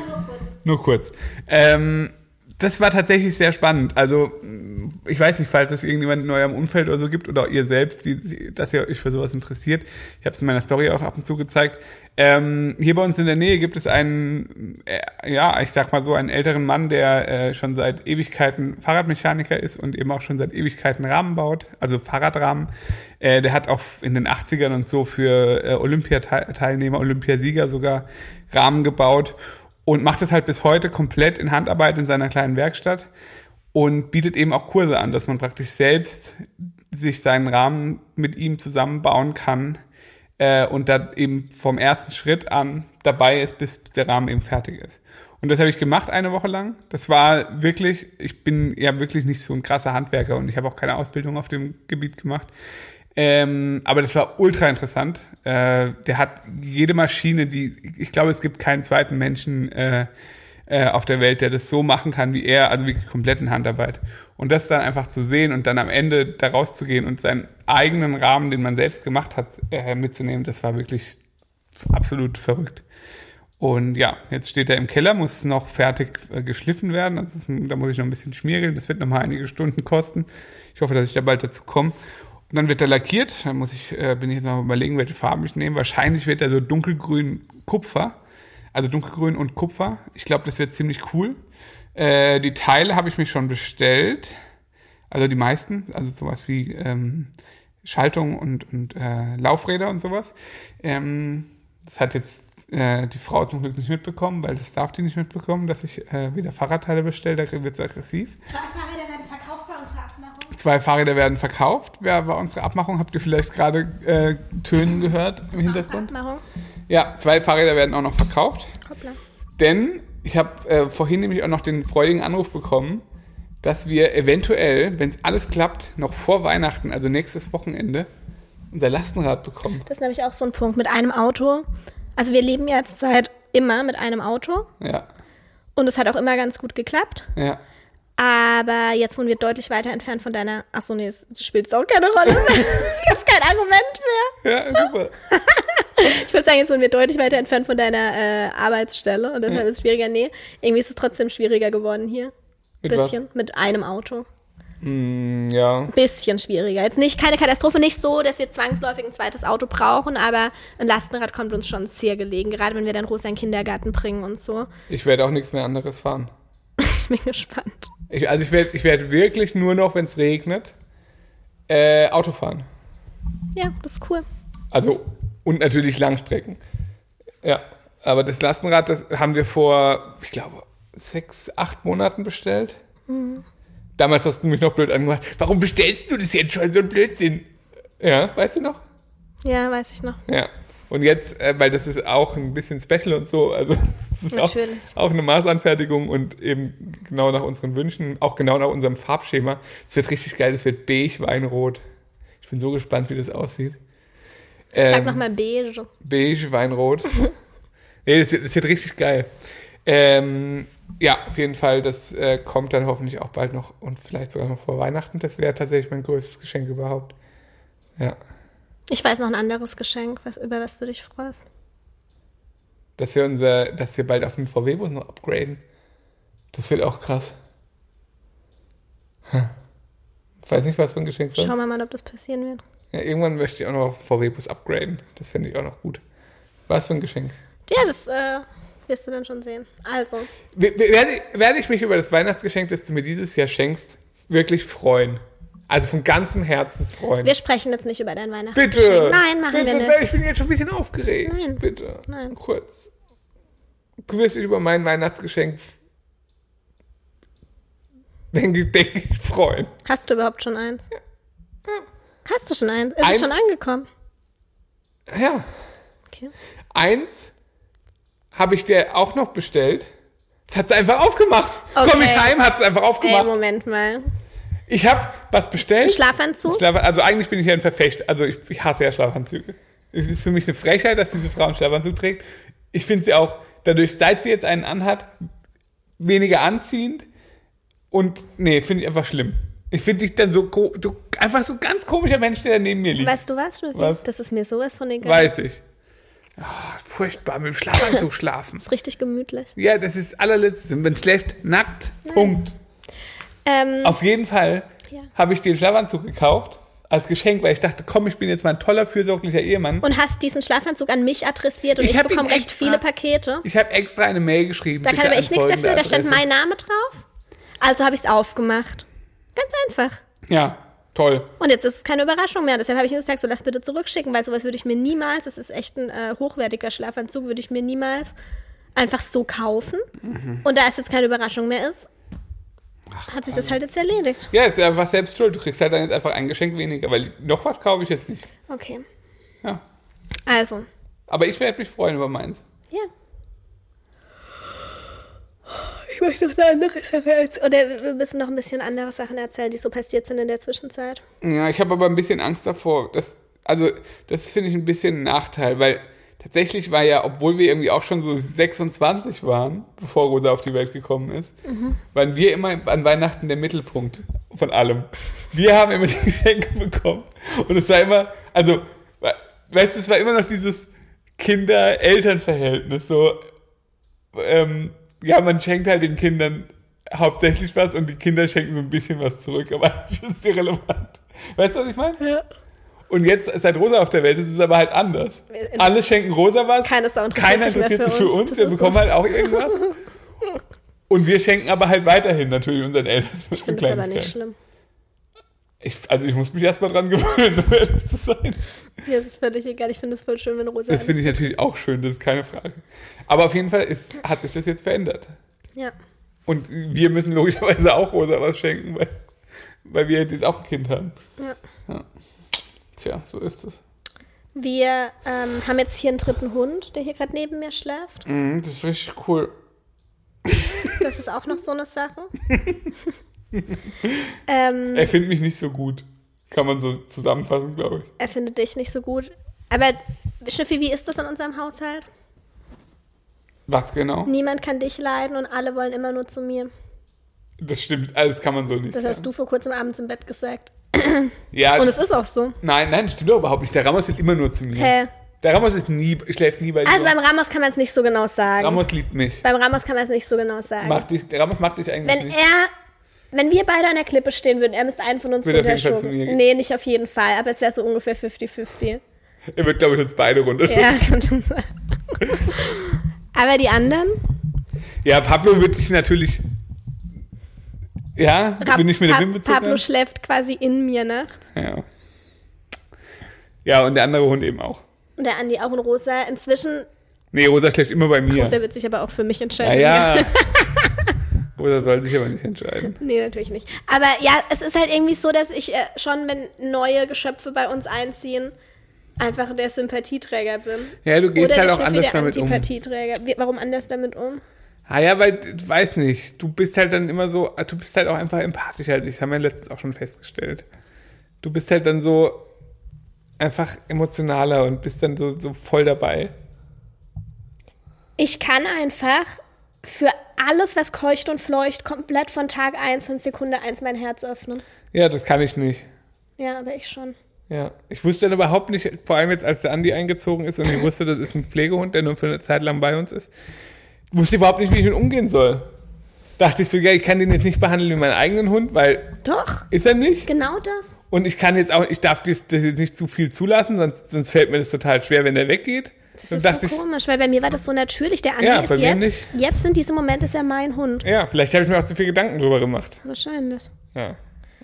S2: Nur kurz. Ähm, das war tatsächlich sehr spannend. Also, mh, ich weiß nicht, falls es irgendjemand in eurem Umfeld oder so gibt oder ihr selbst, die, die, dass ihr euch für sowas interessiert. Ich habe es in meiner Story auch ab und zu gezeigt. Ähm, hier bei uns in der Nähe gibt es einen, äh, ja, ich sag mal so, einen älteren Mann, der äh, schon seit Ewigkeiten Fahrradmechaniker ist und eben auch schon seit Ewigkeiten Rahmen baut, also Fahrradrahmen. Äh, der hat auch in den 80ern und so für äh, Olympiateilnehmer, Olympiasieger sogar Rahmen gebaut und macht das halt bis heute komplett in Handarbeit in seiner kleinen Werkstatt und bietet eben auch Kurse an, dass man praktisch selbst sich seinen Rahmen mit ihm zusammenbauen kann äh, und dann eben vom ersten Schritt an dabei ist, bis der Rahmen eben fertig ist. Und das habe ich gemacht eine Woche lang. Das war wirklich, ich bin ja wirklich nicht so ein krasser Handwerker und ich habe auch keine Ausbildung auf dem Gebiet gemacht. Ähm, aber das war ultra interessant. Äh, der hat jede Maschine, die, ich glaube, es gibt keinen zweiten Menschen äh, äh, auf der Welt, der das so machen kann wie er, also wirklich komplett in Handarbeit. Und das dann einfach zu sehen und dann am Ende da rauszugehen und seinen eigenen Rahmen, den man selbst gemacht hat, äh, mitzunehmen, das war wirklich absolut verrückt. Und ja, jetzt steht er im Keller, muss noch fertig äh, geschliffen werden. Also das, da muss ich noch ein bisschen schmiergeln. Das wird nochmal einige Stunden kosten. Ich hoffe, dass ich da bald dazu komme. Und dann wird er lackiert. Dann muss ich, äh, bin ich jetzt noch am überlegen, welche Farben ich nehme. Wahrscheinlich wird er so dunkelgrün Kupfer. Also dunkelgrün und Kupfer. Ich glaube, das wird ziemlich cool. Äh, die Teile habe ich mir schon bestellt. Also die meisten, also sowas wie ähm, Schaltung und, und äh, Laufräder und sowas. Ähm, das hat jetzt äh, die Frau zum Glück nicht mitbekommen, weil das darf die nicht mitbekommen, dass ich äh, wieder Fahrradteile bestelle, da wird sie aggressiv.
S1: Zwei Fahrräder werden verkauft bei unserer Abmachung.
S2: Zwei Fahrräder werden verkauft. Wer war unsere Abmachung? Habt ihr vielleicht gerade äh, Tönen gehört im Hintergrund?
S1: Abmachung.
S2: Ja, zwei Fahrräder werden auch noch verkauft.
S1: Hoppla.
S2: Denn ich habe äh, vorhin nämlich auch noch den freudigen Anruf bekommen, dass wir eventuell, wenn es alles klappt, noch vor Weihnachten, also nächstes Wochenende, unser Lastenrad bekommen.
S1: Das ist nämlich auch so ein Punkt mit einem Auto. Also wir leben ja jetzt seit immer mit einem Auto
S2: Ja,
S1: und es hat auch immer ganz gut geklappt.
S2: ja.
S1: Aber jetzt wohnen wir deutlich weiter entfernt von deiner. Achso, nee, es spielt auch keine Rolle. das ist kein Argument mehr.
S2: Ja, super.
S1: Ich würde sagen, jetzt wohnen wir deutlich weiter entfernt von deiner äh, Arbeitsstelle und deshalb ist es schwieriger. Nee, irgendwie ist es trotzdem schwieriger geworden hier.
S2: Mit was?
S1: Bisschen. Mit einem Auto.
S2: Mm, ja.
S1: Bisschen schwieriger. Jetzt nicht keine Katastrophe, nicht so, dass wir zwangsläufig ein zweites Auto brauchen, aber ein Lastenrad kommt uns schon sehr gelegen, gerade wenn wir dann Rosa in den Kindergarten bringen und so.
S2: Ich werde auch nichts mehr anderes fahren.
S1: Ich bin gespannt.
S2: Ich, also ich werde ich werd wirklich nur noch, wenn es regnet, äh, Auto fahren.
S1: Ja, das ist cool.
S2: Also, und natürlich Langstrecken. Ja, aber das Lastenrad, das haben wir vor, ich glaube, sechs, acht Monaten bestellt. Damals hast du mich noch blöd angemacht. Warum bestellst du das jetzt schon so ein Blödsinn? Ja, weißt du noch?
S1: Ja, weiß ich noch.
S2: Ja. Und jetzt, äh, weil das ist auch ein bisschen special und so, also es ist auch,
S1: Natürlich.
S2: auch eine Maßanfertigung und eben genau nach unseren Wünschen, auch genau nach unserem Farbschema. Es wird richtig geil, es wird beige, weinrot. Ich bin so gespannt, wie das aussieht.
S1: Sag Mhm.
S2: Ähm,
S1: nochmal beige.
S2: Beige, Weinrot. nee, das wird, das wird richtig geil. Ähm, ja, auf jeden Fall, das äh, kommt dann hoffentlich auch bald noch und vielleicht sogar noch vor Weihnachten. Das wäre tatsächlich mein größtes Geschenk überhaupt. Ja,
S1: Ich weiß noch ein anderes Geschenk, was, über was du dich freust.
S2: dass wir unser, dass wir bald auf den VW-Bus noch upgraden. Das wird auch krass. Hm. Ich weiß nicht, was für ein Geschenk sonst.
S1: Schauen wir mal, ob das passieren wird.
S2: Ja, irgendwann möchte ich auch noch auf den VW-Bus upgraden. Das finde ich auch noch gut. Was für ein Geschenk.
S1: Ja, das äh, wirst du dann schon sehen. Also,
S2: W- w- Werde, werde ich mich über das Weihnachtsgeschenk, das du mir dieses Jahr schenkst, wirklich freuen. Also von ganzem Herzen freuen.
S1: wir sprechen jetzt nicht über dein Weihnachtsgeschenk.
S2: Bitte.
S1: Nein, machen
S2: bitte,
S1: wir
S2: Ich
S1: nicht.
S2: bin jetzt schon ein bisschen aufgeregt.
S1: Nein.
S2: Bitte.
S1: Nein.
S2: Kurz. Du wirst dich über mein Weihnachtsgeschenk, denke, ich- denke ich, freuen.
S1: Hast du überhaupt schon eins? Hast du schon eins? Ist
S2: Eins?
S1: es schon angekommen?
S2: Ja.
S1: Okay.
S2: Eins habe ich dir auch noch bestellt. Das hat sie einfach aufgemacht.
S1: Okay.
S2: Komm ich heim, hat sie einfach
S1: Ey,
S2: aufgemacht.
S1: Moment mal.
S2: ich habe was bestellt.
S1: Schlafanzug?
S2: Schlaf, also eigentlich bin ich ja ein Verfechter. Also ich, ich hasse ja Schlafanzüge. Es ist für mich eine Frechheit, dass diese Frau einen Schlafanzug trägt. Ich finde sie auch dadurch, seit sie jetzt einen anhat, weniger anziehend. Und nee, finde ich einfach schlimm. Ich finde dich dann so, ko- so einfach so ein ganz komischer Mensch, der da neben mir liegt.
S1: Weißt du was, Rufi?
S2: Was?
S1: Das ist mir sowas von egal.
S2: Weiß ich. Ah, furchtbar, mit dem Schlafanzug schlafen.
S1: Ist richtig gemütlich.
S2: Ja, das ist das allerletzte. Man schläft nackt. Punkt.
S1: Ähm,
S2: Auf jeden Fall
S1: Ja.
S2: habe ich den Schlafanzug gekauft als Geschenk, weil ich dachte, komm, ich bin jetzt mal ein toller, fürsorglicher Ehemann.
S1: und hast diesen Schlafanzug an mich adressiert und
S2: Ich
S1: ich,
S2: hab ihn
S1: bekomme recht
S2: extra-
S1: viele Pakete.
S2: Ich habe extra eine Mail geschrieben.
S1: Da kann aber ich nichts dafür, da stand mein
S2: mein.
S1: Name drauf. Also habe ich es aufgemacht. Ganz einfach.
S2: Ja, toll.
S1: Und jetzt ist es keine Überraschung mehr. Deshalb habe ich nur gesagt, so lass bitte zurückschicken, weil sowas würde ich mir niemals, das ist echt ein äh, hochwertiger Schlafanzug, würde ich mir niemals einfach so kaufen. Und da es jetzt keine Überraschung mehr ist, hat sich das halt jetzt erledigt.
S2: Ja, ist ja einfach selbst schuld. Du kriegst halt dann jetzt einfach ein Geschenk weniger, weil noch was kaufe ich jetzt nicht.
S1: Okay.
S2: Ja.
S1: Also,
S2: Aber ich werde mich freuen über meins.
S1: ja. Ich möchte noch eine andere Sache erzählen. Oder wir müssen noch ein bisschen andere Sachen erzählen, die so passiert sind in der Zwischenzeit.
S2: Ja, ich habe aber ein bisschen Angst davor. Dass, also, das finde ich ein bisschen ein Nachteil, weil tatsächlich war ja, obwohl wir irgendwie auch schon so 26 waren, bevor Rosa auf die Welt gekommen ist, waren wir immer an Weihnachten der Mittelpunkt von allem. Wir haben immer die Geschenke bekommen. Und es war immer, also, we- weißt du, es war immer noch dieses Kinder-Eltern-Verhältnis. So, ähm, ja, man schenkt halt den Kindern hauptsächlich was und die Kinder schenken so ein bisschen was zurück, aber das ist irrelevant. Weißt du, was ich meine?
S1: Ja.
S2: Und jetzt, seit Rosa auf der Welt ist, ist es aber halt anders. Alle schenken Rosa was.
S1: Keine Sau interessiert
S2: Keiner
S1: sich mehr
S2: interessiert
S1: für
S2: sich für
S1: uns. Das
S2: uns. Wir
S1: Äh, ist so.
S2: bekommen halt auch irgendwas. Und wir schenken aber halt weiterhin natürlich unseren Eltern.
S1: Ich finde das aber nicht schlimm.
S2: Ich, also ich muss mich erstmal dran gewöhnen, um ehrlich zu sein.
S1: Mir ist es völlig egal. Ich finde es voll schön, wenn Rosa.
S2: Das finde
S1: alles-
S2: ich natürlich auch schön, das ist keine Frage. Aber auf jeden Fall ist, hat sich das jetzt verändert.
S1: Ja.
S2: Und wir müssen logischerweise auch Rosa was schenken, weil weil wir jetzt auch ein Kind haben.
S1: Ja.
S2: Tja, so ist es.
S1: Wir ähm, haben jetzt hier einen dritten Hund, der hier gerade neben mir schläft.
S2: Mhm, das ist richtig cool.
S1: Das ist auch noch so eine Sache. ähm,
S2: Er findet mich nicht so gut. Kann man so zusammenfassen, glaube ich.
S1: er findet dich nicht so gut. Aber Schiffi, wie ist das in unserem Haushalt?
S2: Was genau?
S1: Niemand kann dich leiden und alle wollen immer nur zu mir.
S2: Das stimmt, alles kann man so nicht
S1: Das
S2: sagen.
S1: hast du vor kurzem abends im Bett gesagt.
S2: ja,
S1: Und es ist auch so.
S2: nein, nein, stimmt doch überhaupt nicht. Der Ramos will immer nur zu mir.
S1: Hä?
S2: Der Ramos ist nie, schläft nie bei dir.
S1: Also beim Ramos kann man es nicht so genau sagen.
S2: Ramos liebt mich.
S1: Beim Ramos kann man es nicht so genau sagen.
S2: Mag dich, der Ramos mag dich eigentlich
S1: Wenn
S2: nicht.
S1: er, wenn wir beide an der Klippe stehen würden, er müsste einen von uns
S2: Würde auf jeden Fall
S1: runterschubsen.
S2: zu mir gehen.
S1: Nee, nicht auf jeden Fall, aber es wäre so ungefähr 50-50.
S2: Er wird, glaube ich, uns beide runter. Ja.
S1: Ja, kann schon sein. Aber die anderen?
S2: Pablo wird dich natürlich. Ja,
S1: Pab-
S2: bin ich mit der
S1: Pab-
S2: Wimpe
S1: Pablo schläft quasi in mir nachts.
S2: Ja. ja, und der andere Hund eben auch.
S1: Und der Andi auch in Rosa. Inzwischen,
S2: Nee, Rosa schläft immer bei mir.
S1: Rosa wird sich aber auch für mich entscheiden.
S2: Naja. Rosa soll sich aber nicht entscheiden.
S1: Nee, natürlich nicht. Aber ja, es ist halt irgendwie so, dass ich äh, schon, wenn neue Geschöpfe bei uns einziehen, einfach der Sympathieträger bin.
S2: Ja, du gehst
S1: Oder
S2: halt
S1: der
S2: auch
S1: Steffi
S2: anders
S1: der
S2: damit um.
S1: Antipathieträger. Wie- Warum anders damit um?
S2: Ah ja, weil, weiß nicht, du bist halt dann immer so, du bist halt auch einfach empathischer als ich, das haben wir letztens auch schon festgestellt. Du bist halt dann so einfach emotionaler und bist dann so, so voll dabei.
S1: Ich kann einfach für alles, was keucht und fleucht, komplett von Tag 1, von Sekunde 1 mein Herz öffnen.
S2: Ja, das kann ich nicht.
S1: Ja, aber ich schon.
S2: Ja, ich wusste dann überhaupt nicht, vor allem jetzt, als der Andi eingezogen ist und ich wusste, das ist ein Pflegehund, der nur für eine Zeit lang bei uns ist, wusste ich überhaupt nicht, wie ich mit ihm umgehen soll. Dachte ich so, ja, ich kann den jetzt nicht behandeln wie meinen eigenen Hund, weil
S1: Doch,
S2: ist er nicht.
S1: genau das.
S2: Und ich kann jetzt auch, ich darf das, das jetzt nicht zu viel zulassen, sonst, sonst fällt mir das total schwer, wenn der weggeht.
S1: Das
S2: Dann
S1: ist
S2: dachte
S1: so
S2: ich,
S1: komisch, weil bei mir war das so natürlich. Der Andi
S2: Ja, bei
S1: ist
S2: mir
S1: jetzt,
S2: nicht.
S1: jetzt in diesem Moment ist er mein Hund.
S2: ja, vielleicht habe ich mir auch zu viel Gedanken drüber gemacht.
S1: Wahrscheinlich.
S2: Ja.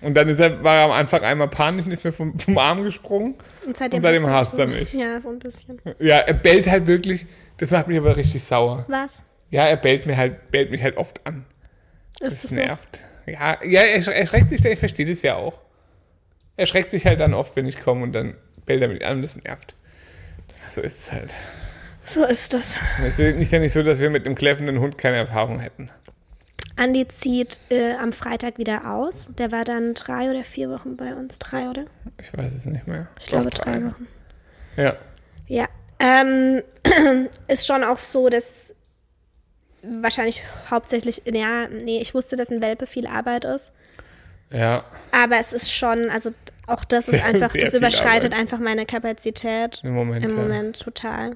S2: Und dann ist er, war er am Anfang einmal panisch und ist mir vom, vom Arm gesprungen.
S1: Und seitdem,
S2: Und seitdem
S1: hasst
S2: hasst er mich.
S1: Ja, so ein bisschen.
S2: Ja, er bellt halt wirklich, das macht mich aber richtig sauer.
S1: Was?
S2: Ja, er bellt mir halt, bellt mich halt oft an.
S1: Ist das
S2: Das
S1: so?
S2: nervt. Ja, ja, er schre- er schreckt sich, ich verstehe das ja auch. Er schreckt sich halt dann oft, wenn ich komme und dann bellt er mich an, das nervt. So ist es halt.
S1: So ist das.
S2: Es ist ja nicht so, dass wir mit dem kläffenden Hund keine Erfahrung hätten.
S1: Andi zieht äh, am Freitag wieder aus. Der war dann drei oder vier Wochen bei uns. Drei, oder?
S2: Ich weiß es nicht mehr.
S1: Ich glaube
S2: Doch,
S1: drei Wochen.
S2: Ja.
S1: Ja. Ähm, ist schon auch so, dass wahrscheinlich hauptsächlich, ja, nee, ich wusste, dass ein Welpe viel Arbeit ist.
S2: Ja.
S1: Aber es ist schon, also auch das ist
S2: Sehr,
S1: einfach,
S2: sehr
S1: das
S2: viel
S1: überschreitet
S2: Arbeit.
S1: einfach meine Kapazität.
S2: Im Moment,
S1: Im
S2: ja.
S1: Moment total.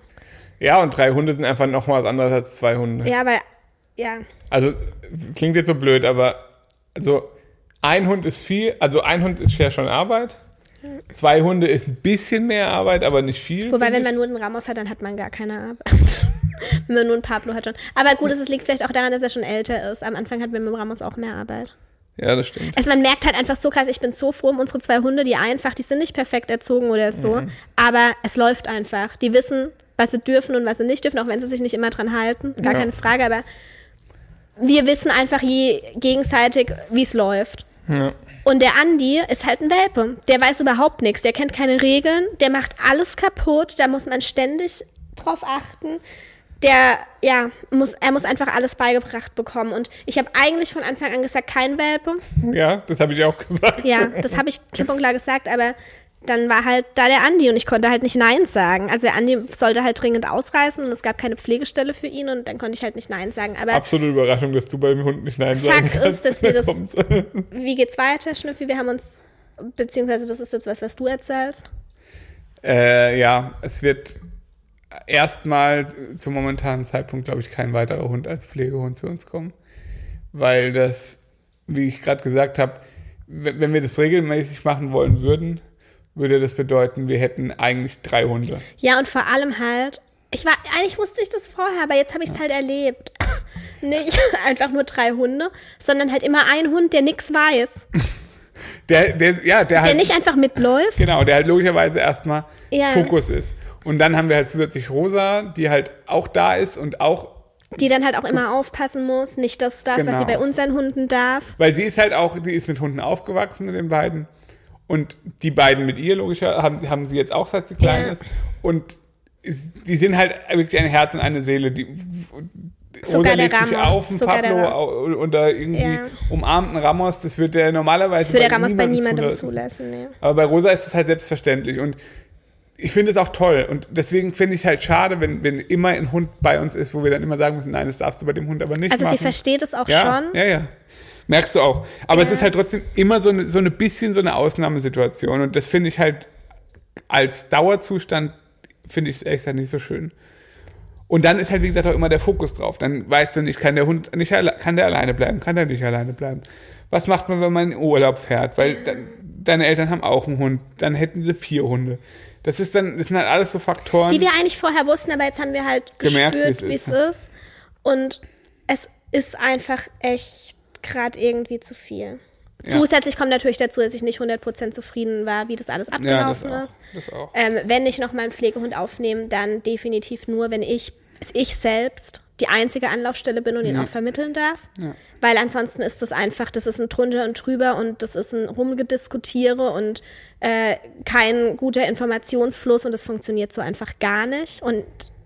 S2: Ja, und drei Hunde sind einfach noch mal was anderes als zwei Hunde.
S1: Ja, weil, ja,
S2: Also, klingt jetzt so blöd, aber also ein Hund ist viel, also ein Hund ist ja schon Arbeit. Zwei Hunde ist ein bisschen mehr Arbeit, aber nicht viel.
S1: Wobei,
S2: finde
S1: wenn
S2: ich.
S1: man nur den Ramos hat, dann hat man gar keine Arbeit. wenn man nur einen Pablo hat schon. Aber gut, es liegt vielleicht auch daran, dass er schon älter ist. Am Anfang hat man mit dem Ramos auch mehr Arbeit.
S2: Ja, das stimmt.
S1: Also man merkt halt einfach so krass, ich bin so froh um unsere zwei Hunde, die einfach, die sind nicht perfekt erzogen oder so,
S2: Mhm.
S1: aber es läuft einfach. Die wissen, was sie dürfen und was sie nicht dürfen, auch wenn sie sich nicht immer dran halten. Gar
S2: Ja.
S1: keine Frage, aber wir wissen einfach je gegenseitig, wie es läuft.
S2: Ja.
S1: Und der Andi ist halt ein Welpe. Der weiß überhaupt nichts. Der kennt keine Regeln. Der macht alles kaputt. Da muss man ständig drauf achten. Der, ja, muss, er muss einfach alles beigebracht bekommen. Und ich habe eigentlich von Anfang an gesagt, kein Welpe.
S2: Ja, das habe ich auch gesagt.
S1: Ja, das habe ich klipp und klar gesagt, aber dann war halt da der Andi und ich konnte halt nicht Nein sagen. Also der Andi sollte halt dringend ausreißen und es gab keine Pflegestelle für ihn und dann konnte ich halt nicht Nein sagen. Aber
S2: Absolute Überraschung, dass du beim Hund nicht Nein sagen
S1: Fakt ist,
S2: kannst.
S1: dass wir das-
S2: Kommt's.
S1: wie geht's weiter, Schnüffi? Wir haben uns, beziehungsweise das ist jetzt was, was du erzählst.
S2: Äh, ja, es wird erstmal zum momentanen Zeitpunkt, glaube ich, kein weiterer Hund als Pflegehund zu uns kommen. Weil das, wie ich gerade gesagt habe, wenn wenn wir das regelmäßig machen wollen würden, würde das bedeuten, wir hätten eigentlich drei Hunde.
S1: Ja, und vor allem halt, ich war, eigentlich wusste ich das vorher, aber jetzt habe ich es halt erlebt. Nicht einfach nur drei Hunde, sondern halt immer ein Hund, der nichts weiß,
S2: Der, der, ja, der,
S1: der
S2: halt,
S1: nicht einfach mitläuft.
S2: genau, der halt logischerweise erstmal
S1: Ja.
S2: Fokus ist. Und dann haben wir halt zusätzlich Rosa, die halt auch da ist und auch
S1: die dann halt auch immer aufpassen muss, nicht das darf,
S2: Genau.
S1: was sie bei unseren Hunden darf.
S2: Weil sie ist halt auch, die ist mit Hunden aufgewachsen, mit den beiden. Und die beiden mit ihr, logischer, haben, haben sie jetzt auch, seit sie klein
S1: Ja.
S2: ist. Und is- die sind halt wirklich ein Herz und eine Seele. Die,
S1: Sogar der
S2: Rosa legt sich
S1: Ramos,
S2: auf, ein
S1: sogar der
S2: Pablo
S1: Ra-
S2: au- oder irgendwie
S1: Ja.
S2: umarmt einen Ramos. Das wird der normalerweise
S1: Das würde der Ramos bei niemandem
S2: zulassen.
S1: zulassen. Nee.
S2: Aber bei Rosa ist es halt selbstverständlich und ich finde es auch toll und deswegen finde ich halt schade, wenn, wenn immer ein Hund bei uns ist, wo wir dann immer sagen müssen, nein, das darfst du bei dem Hund aber nicht
S1: Also
S2: machen.
S1: sie versteht es auch
S2: ja,
S1: schon.
S2: Ja, ja. Merkst du auch. Aber es
S1: Ja.
S2: ist halt trotzdem immer so eine, so eine bisschen so eine Ausnahmesituation und das finde ich halt als Dauerzustand finde ich es echt halt nicht so schön. Und dann ist halt, wie gesagt, auch immer der Fokus drauf. Dann weißt du nicht, kann der Hund nicht alle, kann der alleine bleiben, kann der nicht alleine bleiben. Was macht man, wenn man in Urlaub fährt? Weil dann, deine Eltern haben auch einen Hund, dann hätten sie vier Hunde. Das ist dann, das sind halt alles so Faktoren.
S1: Die wir eigentlich vorher wussten, aber jetzt haben wir halt
S2: Gemerkt,
S1: gespürt,
S2: wie
S1: wie es
S2: es ist,
S1: ist. Und es ist einfach echt gerade irgendwie zu viel.
S2: Ja.
S1: Zusätzlich kommt natürlich dazu, dass ich nicht 100% zufrieden war, wie das alles
S2: ja, das
S1: abgelaufen
S2: auch.
S1: ist.
S2: Das auch.
S1: Ähm, wenn ich nochmal einen Pflegehund aufnehme, dann definitiv nur, wenn ich, dass ich selbst die einzige Anlaufstelle bin und ihn auch vermitteln darf. Weil ansonsten ist das einfach, das ist ein drunter und drüber und das ist ein Rumgediskutiere und äh, kein guter Informationsfluss und das funktioniert so einfach gar nicht. Und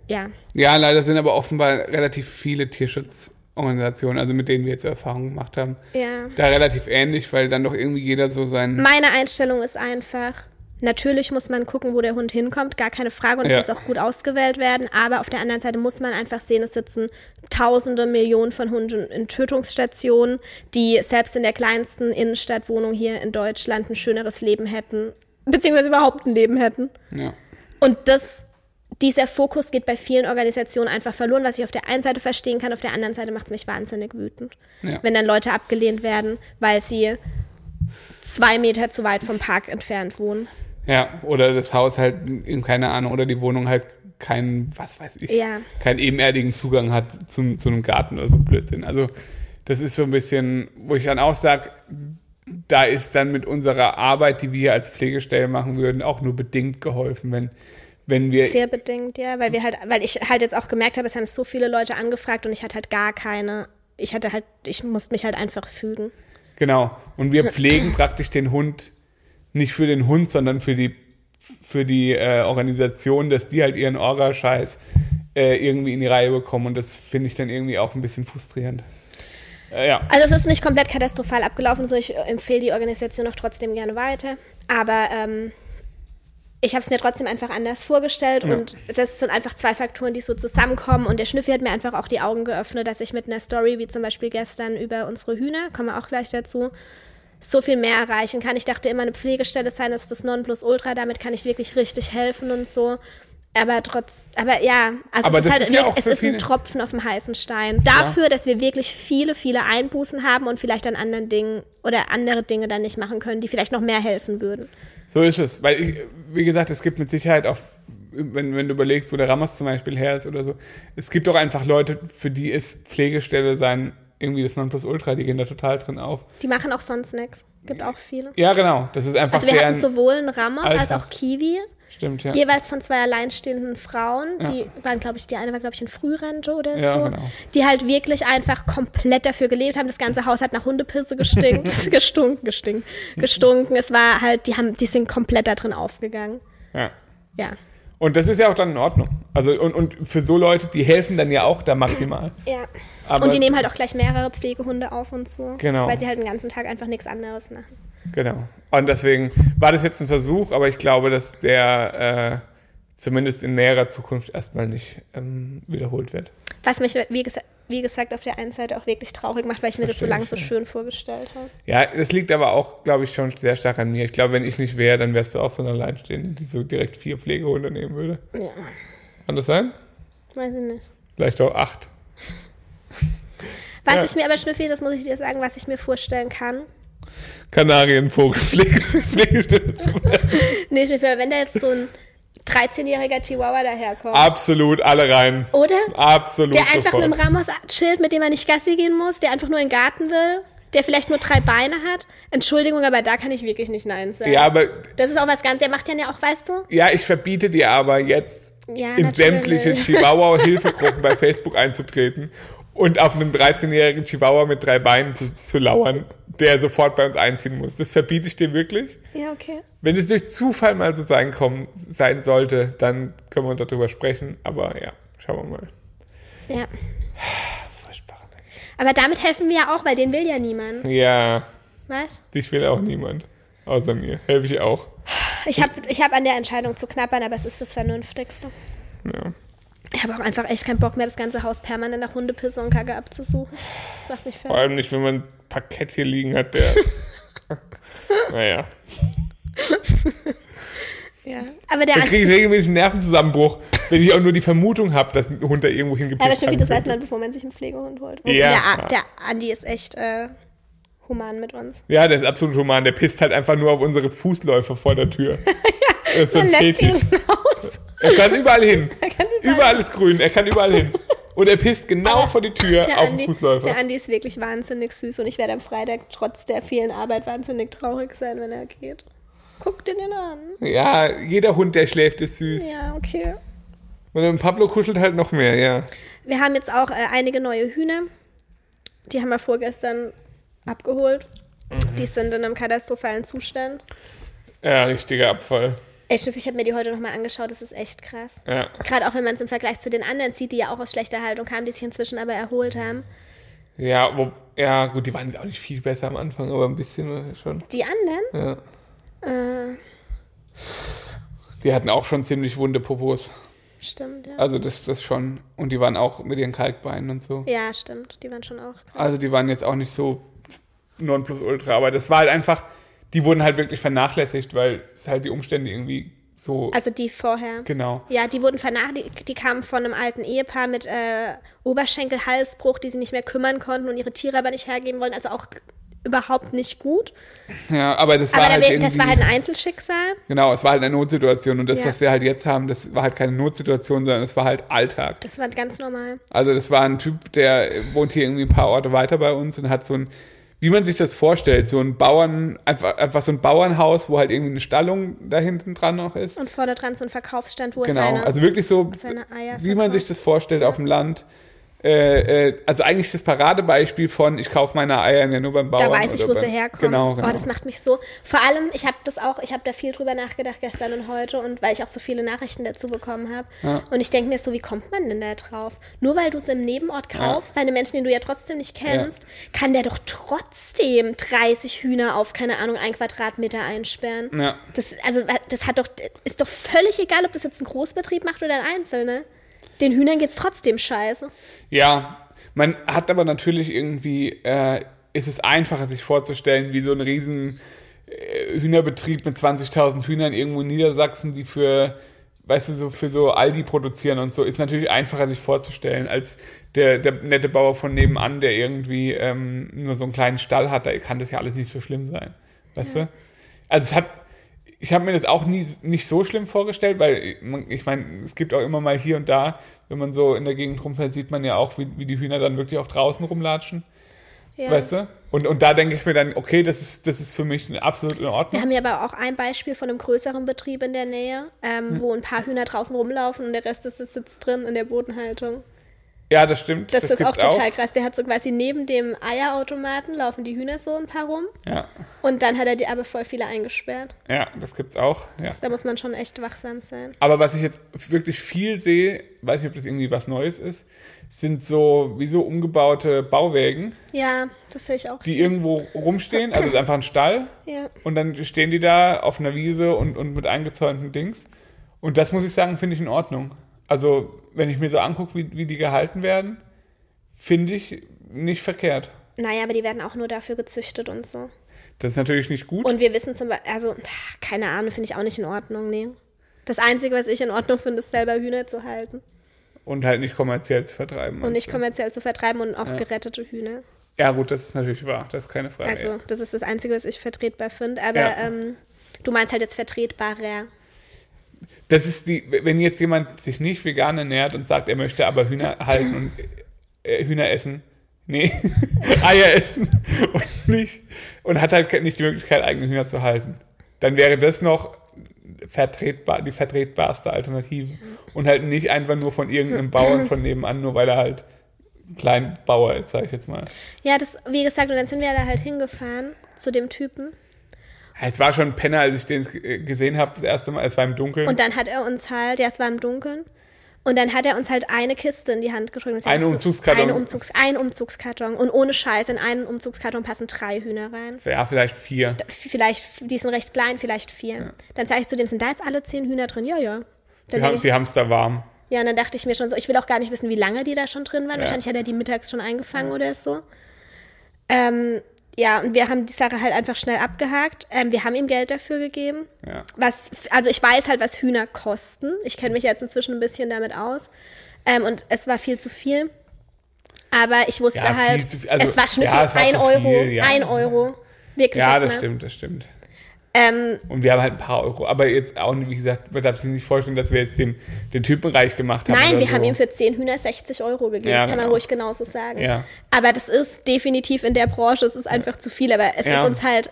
S1: ja,
S2: Ja, leider sind aber offenbar relativ viele Tierschutzorganisationen, also mit denen wir jetzt Erfahrungen gemacht haben,
S1: ja.
S2: da relativ ähnlich, weil dann doch irgendwie jeder so seinen.
S1: Meine Einstellung ist einfach, natürlich muss man gucken, wo der Hund hinkommt, gar keine Frage, und es
S2: Ja.
S1: muss auch gut ausgewählt werden, aber auf der anderen Seite muss man einfach sehen, es sitzen tausende Millionen von Hunden in Tötungsstationen, die selbst in der kleinsten Innenstadtwohnung hier in Deutschland ein schöneres Leben hätten, beziehungsweise überhaupt ein Leben hätten.
S2: Ja.
S1: Und das, dieser Fokus geht bei vielen Organisationen einfach verloren, was ich auf der einen Seite verstehen kann, auf der anderen Seite macht es mich wahnsinnig wütend.
S2: Ja.
S1: Wenn dann Leute abgelehnt werden, weil sie zwei Meter zu weit vom Park entfernt wohnen.
S2: ja, oder das Haus halt, in, keine Ahnung, oder die Wohnung halt keinen, was weiß ich,
S1: Ja.
S2: keinen ebenerdigen Zugang hat zum, zu einem Garten oder so Blödsinn. Also, das ist so ein bisschen, wo ich dann auch sage, da ist dann mit unserer Arbeit, die wir als Pflegestellen machen würden, auch nur bedingt geholfen, wenn, wenn wir
S1: Sehr bedingt, ja, weil wir halt, weil ich halt jetzt auch gemerkt habe, es haben so viele Leute angefragt und ich hatte halt gar keine. Ich hatte halt, ich musste mich halt einfach fügen.
S2: Genau. Und wir pflegen praktisch den Hund nicht für den Hund, sondern für die für die äh, Organisation, dass die halt ihren Orga-Scheiß äh, irgendwie in die Reihe bekommen. Und das finde ich dann irgendwie auch ein bisschen frustrierend. Äh, ja.
S1: Also es ist nicht komplett katastrophal abgelaufen, so ich äh, empfehle die Organisation auch trotzdem gerne weiter. Aber ähm, ich habe es mir trotzdem einfach anders vorgestellt und das sind einfach zwei Faktoren, die so zusammenkommen. Und der Schnüffi hat mir einfach auch die Augen geöffnet, dass ich mit einer Story wie zum Beispiel gestern über unsere Hühner, kommen wir auch gleich dazu, so viel mehr erreichen kann. Ich dachte immer, eine Pflegestelle sein ist das Nonplusultra, damit kann ich wirklich richtig helfen und so. Aber trotz, aber ja, also
S2: Aber
S1: es ist
S2: das
S1: halt
S2: ist ja
S1: wirklich-
S2: auch
S1: es
S2: für
S1: ist ein
S2: viele-
S1: Tropfen auf dem heißen Stein. Dafür, dass wir wirklich viele, viele Einbußen haben und vielleicht an anderen Dingen oder andere Dinge dann nicht machen können, die vielleicht noch mehr helfen würden.
S2: So ist es. Weil, ich, wie gesagt, es gibt mit Sicherheit auch, wenn, wenn du überlegst, wo der Ramos zum Beispiel her ist oder so, es gibt auch einfach Leute, für die ist Pflegestelle sein irgendwie das Nonplusultra, die gehen da total drin auf.
S1: Die machen auch sonst nichts. Gibt auch viele.
S2: Ja, genau. Das ist einfach
S1: Also wir
S2: deren...
S1: hatten sowohl einen Ramos als
S2: Alltag.
S1: auch Kiwi,
S2: stimmt, ja.
S1: jeweils von zwei alleinstehenden Frauen. Die waren, glaube ich, die eine war, glaube ich, in Frührente oder
S2: Ja,
S1: so.
S2: genau.
S1: Die halt wirklich einfach komplett dafür gelebt haben. Das ganze Haus hat nach Hundepisse gestinkt, gestunken, gestinkt, gestunken. Es war halt, die haben, die sind komplett da drin aufgegangen.
S2: ja.
S1: Ja.
S2: Und das ist ja auch dann in Ordnung. Also und, und für so Leute, die helfen dann ja auch da maximal.
S1: Ja.
S2: Aber-
S1: und die nehmen halt auch gleich mehrere Pflegehunde auf und so.
S2: Genau.
S1: Weil sie halt den ganzen Tag einfach nichts anderes machen.
S2: Genau. Und deswegen war das jetzt ein Versuch, aber ich glaube, dass der äh, zumindest in näherer Zukunft erstmal nicht ähm, wiederholt wird.
S1: Was mich, wie, gesa wie gesagt, auf der einen Seite auch wirklich traurig macht, weil ich mir das so
S2: Verstehe
S1: lange
S2: ich,
S1: so
S2: ja.
S1: schön vorgestellt habe.
S2: Ja, das liegt aber auch, glaube ich, schon sehr stark an mir. Ich glaube, wenn ich nicht wäre, dann wärst du auch so eine Alleinstehende, die so direkt vier Pflegehunde nehmen würde.
S1: Ja,
S2: Kann das sein?
S1: weiß ich nicht.
S2: Vielleicht auch acht.
S1: Was
S2: Ja.
S1: ich mir aber schnüffi, das muss ich dir sagen, was ich mir vorstellen kann.
S2: Kanarienvogelpflege Pflegestelle zu
S1: Nee, Schnüffi, aber wenn da jetzt so ein 13-jähriger Chihuahua daherkommt.
S2: Ah. Absolut alle rein.
S1: oder?
S2: Absolut
S1: Der einfach
S2: sofort.
S1: mit dem Ramos chillt, mit dem er nicht Gassi gehen muss, der einfach nur in den Garten will, der vielleicht nur drei Beine hat. Entschuldigung, aber da kann ich wirklich nicht Nein sagen.
S2: ja, aber
S1: Das ist auch was ganz, der macht dann ja auch, weißt du,
S2: Ja, ich verbiete dir aber jetzt
S1: Ja,
S2: in
S1: natürlich.
S2: sämtliche Chihuahua-Hilfegruppen bei Facebook einzutreten und auf einen 13-jährigen Chihuahua mit drei Beinen zu, zu lauern, der sofort bei uns einziehen muss. Das verbiete ich dir wirklich.
S1: Ja, okay.
S2: Wenn es durch Zufall mal so sein, kommen, sein sollte, dann können wir darüber sprechen. Aber ja, schauen wir mal.
S1: Ja.
S2: Furchtbare Menschen.
S1: Aber damit helfen wir ja auch, weil den will ja niemand.
S2: Ja,
S1: Weißt?
S2: dich will auch niemand. Außer mir. Helfe ich auch.
S1: Ich habe ich hab an der Entscheidung zu knappern, aber es ist das Vernünftigste.
S2: Ja.
S1: Ich habe auch einfach echt keinen Bock mehr, das ganze Haus permanent nach Hundepisse und Kacke abzusuchen. Das macht mich
S2: Vor
S1: fertig.
S2: allem nicht, wenn man ein Parkett hier liegen hat, der. naja.
S1: Ja. Aber der
S2: Da kriege ich regelmäßig einen Nervenzusammenbruch, wenn ich auch nur die Vermutung habe, dass ein Hund da irgendwo hingepisst
S1: Aber schon
S2: haben
S1: wie das weiß
S2: könnte.
S1: man, bevor man sich einen Pflegehund holt.
S2: Ja.
S1: Der, A- der Andi ist echt äh, human mit uns.
S2: Ja, der ist absolut human. Der pisst halt einfach nur auf unsere Fußläufe vor der Tür. Das ist so ein
S1: Man lässt ihn
S2: Fetisch.
S1: raus.
S2: Er kann überall hin.
S1: kann überall
S2: Überall ist grün. Er kann überall hin. Und er pisst genau vor die Tür
S1: Der
S2: auf den
S1: Andi,
S2: Fußläufer.
S1: der Andi ist wirklich wahnsinnig süß und ich werde am Freitag trotz der vielen Arbeit wahnsinnig traurig sein, wenn er geht. Guck dir den an.
S2: Ja, jeder Hund, der schläft, ist süß.
S1: Ja, okay.
S2: Und dann Pablo kuschelt halt noch mehr, ja.
S1: Wir haben jetzt auch äh, einige neue Hühner. Die haben wir vorgestern abgeholt.
S2: Mhm.
S1: Die sind in einem katastrophalen Zustand.
S2: Ja, richtiger Abfall.
S1: Ey, Schiff, ich habe mir die heute nochmal angeschaut. Das ist echt krass.
S2: Ja.
S1: Gerade auch wenn man es im Vergleich zu den anderen sieht, die ja auch aus schlechter Haltung kamen, die sich inzwischen aber erholt
S2: Mhm.
S1: haben.
S2: Ja, wo, ja, gut, die waren jetzt auch nicht viel besser am Anfang, aber ein bisschen war das schon.
S1: Die anderen?
S2: Ja.
S1: Äh,
S2: Die hatten auch schon ziemlich wunde Popos.
S1: stimmt, ja.
S2: Also das, das schon. Und die waren auch mit ihren Kalkbeinen und so.
S1: Ja, stimmt. Die waren schon auch.
S2: Also die waren jetzt auch nicht so nonplusultra, aber das war halt einfach, die wurden halt wirklich vernachlässigt, weil es halt die Umstände irgendwie so,
S1: Also die vorher.
S2: genau.
S1: Ja, die wurden vernachlässigt. Die kamen von einem alten Ehepaar mit äh, Oberschenkel-Halsbruch, die sie nicht mehr kümmern konnten und ihre Tiere aber nicht hergeben wollten. Also auch überhaupt nicht gut.
S2: Ja, aber das war
S1: Aber da
S2: halt
S1: wir-
S2: irgendwie,
S1: das war halt ein Einzelschicksal.
S2: genau, es war halt eine Notsituation und das,
S1: Ja.
S2: was wir halt jetzt haben, das war halt keine Notsituation, sondern es war halt Alltag.
S1: Das war ganz normal.
S2: Also das war ein Typ, der wohnt hier irgendwie ein paar Orte weiter bei uns und hat so ein, wie man sich das vorstellt, so ein Bauern, einfach, einfach so ein Bauernhaus, wo halt irgendwie eine Stallung da hinten dran noch ist.
S1: Und vorne dran so ein Verkaufsstand, wo
S2: Genau,
S1: es eine.
S2: also wirklich so,
S1: seine Eier
S2: wie man
S1: verkauft.
S2: sich das vorstellt auf dem Land. Äh, äh, also eigentlich das Paradebeispiel von, ich kaufe meine Eier ja nur beim Bauern.
S1: Da weiß ich,
S2: oder
S1: wo sie
S2: beim-
S1: herkommen.
S2: Genau, genau.
S1: Oh, das macht mich so. Vor allem, ich habe das auch, ich habe da viel drüber nachgedacht gestern und heute und weil ich auch so viele Nachrichten dazu bekommen habe.
S2: Ja.
S1: Und ich denke mir so, wie kommt man denn da drauf? Nur weil du es im Nebenort kaufst, bei einem Menschen, den du ja trotzdem nicht kennst, kann der doch trotzdem 30 Hühner auf, keine Ahnung, ein Quadratmeter einsperren.
S2: Ja.
S1: Das, also, das hat doch, ist doch völlig egal, ob das jetzt ein Großbetrieb macht oder ein Einzelner. Den Hühnern geht's trotzdem scheiße.
S2: Ja, man hat aber natürlich irgendwie, äh, ist es einfacher, sich vorzustellen, wie so ein riesen äh, Hühnerbetrieb mit 20.000 Hühnern irgendwo in Niedersachsen, die für, weißt du, so für so Aldi produzieren und so, ist natürlich einfacher, sich vorzustellen, als der, der nette Bauer von nebenan, der irgendwie ähm, nur so einen kleinen Stall hat, da kann das ja alles nicht so schlimm sein, weißt du? Also es hat, ich habe mir das auch nie nicht so schlimm vorgestellt, weil man, ich meine, es gibt auch immer mal hier und da, wenn man so in der Gegend rumfährt, sieht man ja auch, wie, wie die Hühner dann wirklich auch draußen rumlatschen,
S1: Ja.
S2: weißt du? Und, und da denke ich mir dann, okay, das ist, das ist für mich absolut in
S1: Wir
S2: Ordnung.
S1: haben ja aber auch ein Beispiel von einem größeren Betrieb in der Nähe, ähm,
S2: Hm.
S1: wo ein paar Hühner draußen rumlaufen und der Rest ist, ist sitzt drin in der Bodenhaltung.
S2: Ja, das stimmt.
S1: Das,
S2: Das,
S1: ist auch
S2: gibt's auch.
S1: total krass. Der hat so quasi neben dem Eierautomaten laufen die Hühner so ein paar rum
S2: Ja,
S1: und dann hat er die aber voll viele eingesperrt.
S2: ja, das gibt's auch. Ja.
S1: Da muss man schon echt wachsam sein.
S2: Aber was ich jetzt wirklich viel sehe, weiß nicht, ob das irgendwie was Neues ist, sind so wie so umgebaute Bauwägen,
S1: Ja, das sehe ich auch.
S2: die irgendwo rumstehen. Also es ist einfach ein Stall.
S1: ja.
S2: Und dann stehen die da auf einer Wiese und, und mit eingezäunten Dings. Und das muss ich sagen, finde ich in Ordnung. Also, wenn ich mir so angucke, wie, wie die gehalten werden, finde ich nicht verkehrt.
S1: Naja, aber die werden auch nur dafür gezüchtet und so.
S2: Das ist natürlich nicht gut.
S1: Und wir wissen zum Beispiel, also, ach, keine Ahnung, finde ich auch nicht in Ordnung, nee. Das Einzige, was ich in Ordnung finde, ist selber Hühner zu halten
S2: Und halt nicht kommerziell zu vertreiben.
S1: und nicht
S2: so.
S1: kommerziell zu vertreiben und auch gerettete Hühner.
S2: Ja, gut, das ist natürlich wahr. Das ist keine Frage.
S1: Also, das ist das Einzige, was ich vertretbar finde. Aber
S2: Ja.
S1: ähm, du meinst halt jetzt vertretbarer.
S2: Das ist die, wenn jetzt jemand sich nicht vegan ernährt und sagt, er möchte aber Hühner halten und äh, Hühner essen, nee, Eier essen und nicht, und hat halt nicht die Möglichkeit, eigene Hühner zu halten, dann wäre das noch vertretbar, die vertretbarste Alternative. und halt nicht einfach nur von irgendeinem Bauern von nebenan, nur weil er halt Kleinbauer ist, sag ich jetzt mal.
S1: Ja, das, wie gesagt, und dann sind wir da halt hingefahren zu dem Typen.
S2: Mhm. Ja, Es war schon ein Penner, als ich den äh, gesehen habe, das erste Mal, es war im Dunkeln.
S1: Und dann hat er uns halt, ja, es war im Dunkeln, und dann hat er uns halt eine Kiste in die Hand gedrückt. Das
S2: Eine
S1: heißt,
S2: Umzugskarton.
S1: Eine Umzugs, ein Umzugskarton. Und ohne Scheiß, in einen Umzugskarton passen drei Hühner rein.
S2: ja, vielleicht vier.
S1: Vielleicht, die sind recht klein, vielleicht vier. Dann sage ich zu dem, sind da jetzt alle zehn Hühner drin? Ja, ja. Dann
S2: Die
S1: denk
S2: haben,
S1: ich,
S2: die haben's da warm.
S1: ja, und dann dachte ich mir schon so, ich will auch gar nicht wissen, wie lange die da schon drin waren.
S2: Ja.
S1: Wahrscheinlich hat er die mittags schon eingefangen oder so. Ähm, ja, und wir haben die Sache halt einfach schnell abgehakt. Ähm, wir haben ihm Geld dafür gegeben.
S2: Ja.
S1: was, also ich weiß halt, was Hühner kosten. Ich kenne mich jetzt inzwischen ein bisschen damit aus. Ähm, und es war viel zu viel. Aber ich wusste
S2: Ja, viel
S1: halt,
S2: zu viel. Also,
S1: es war schon
S2: ja,
S1: viel.
S2: es war
S1: ein
S2: zu
S1: Euro,
S2: viel, ja.
S1: ein Euro. Wirklich
S2: Ja,
S1: jetzt
S2: das
S1: mal.
S2: stimmt, das stimmt.
S1: Ähm,
S2: Und wir haben halt ein paar Euro. Aber jetzt auch, nicht, wie gesagt, man darf sich nicht vorstellen, dass wir jetzt den, den Typen reich gemacht haben.
S1: nein,
S2: oder
S1: wir
S2: so.
S1: haben ihm für 10 Hühner 60 Euro gegeben.
S2: Ja,
S1: das kann man
S2: genau.
S1: ruhig genauso sagen.
S2: Ja.
S1: Aber das ist definitiv in der Branche, es ist einfach zu viel. Aber es
S2: Ja.
S1: ist uns halt,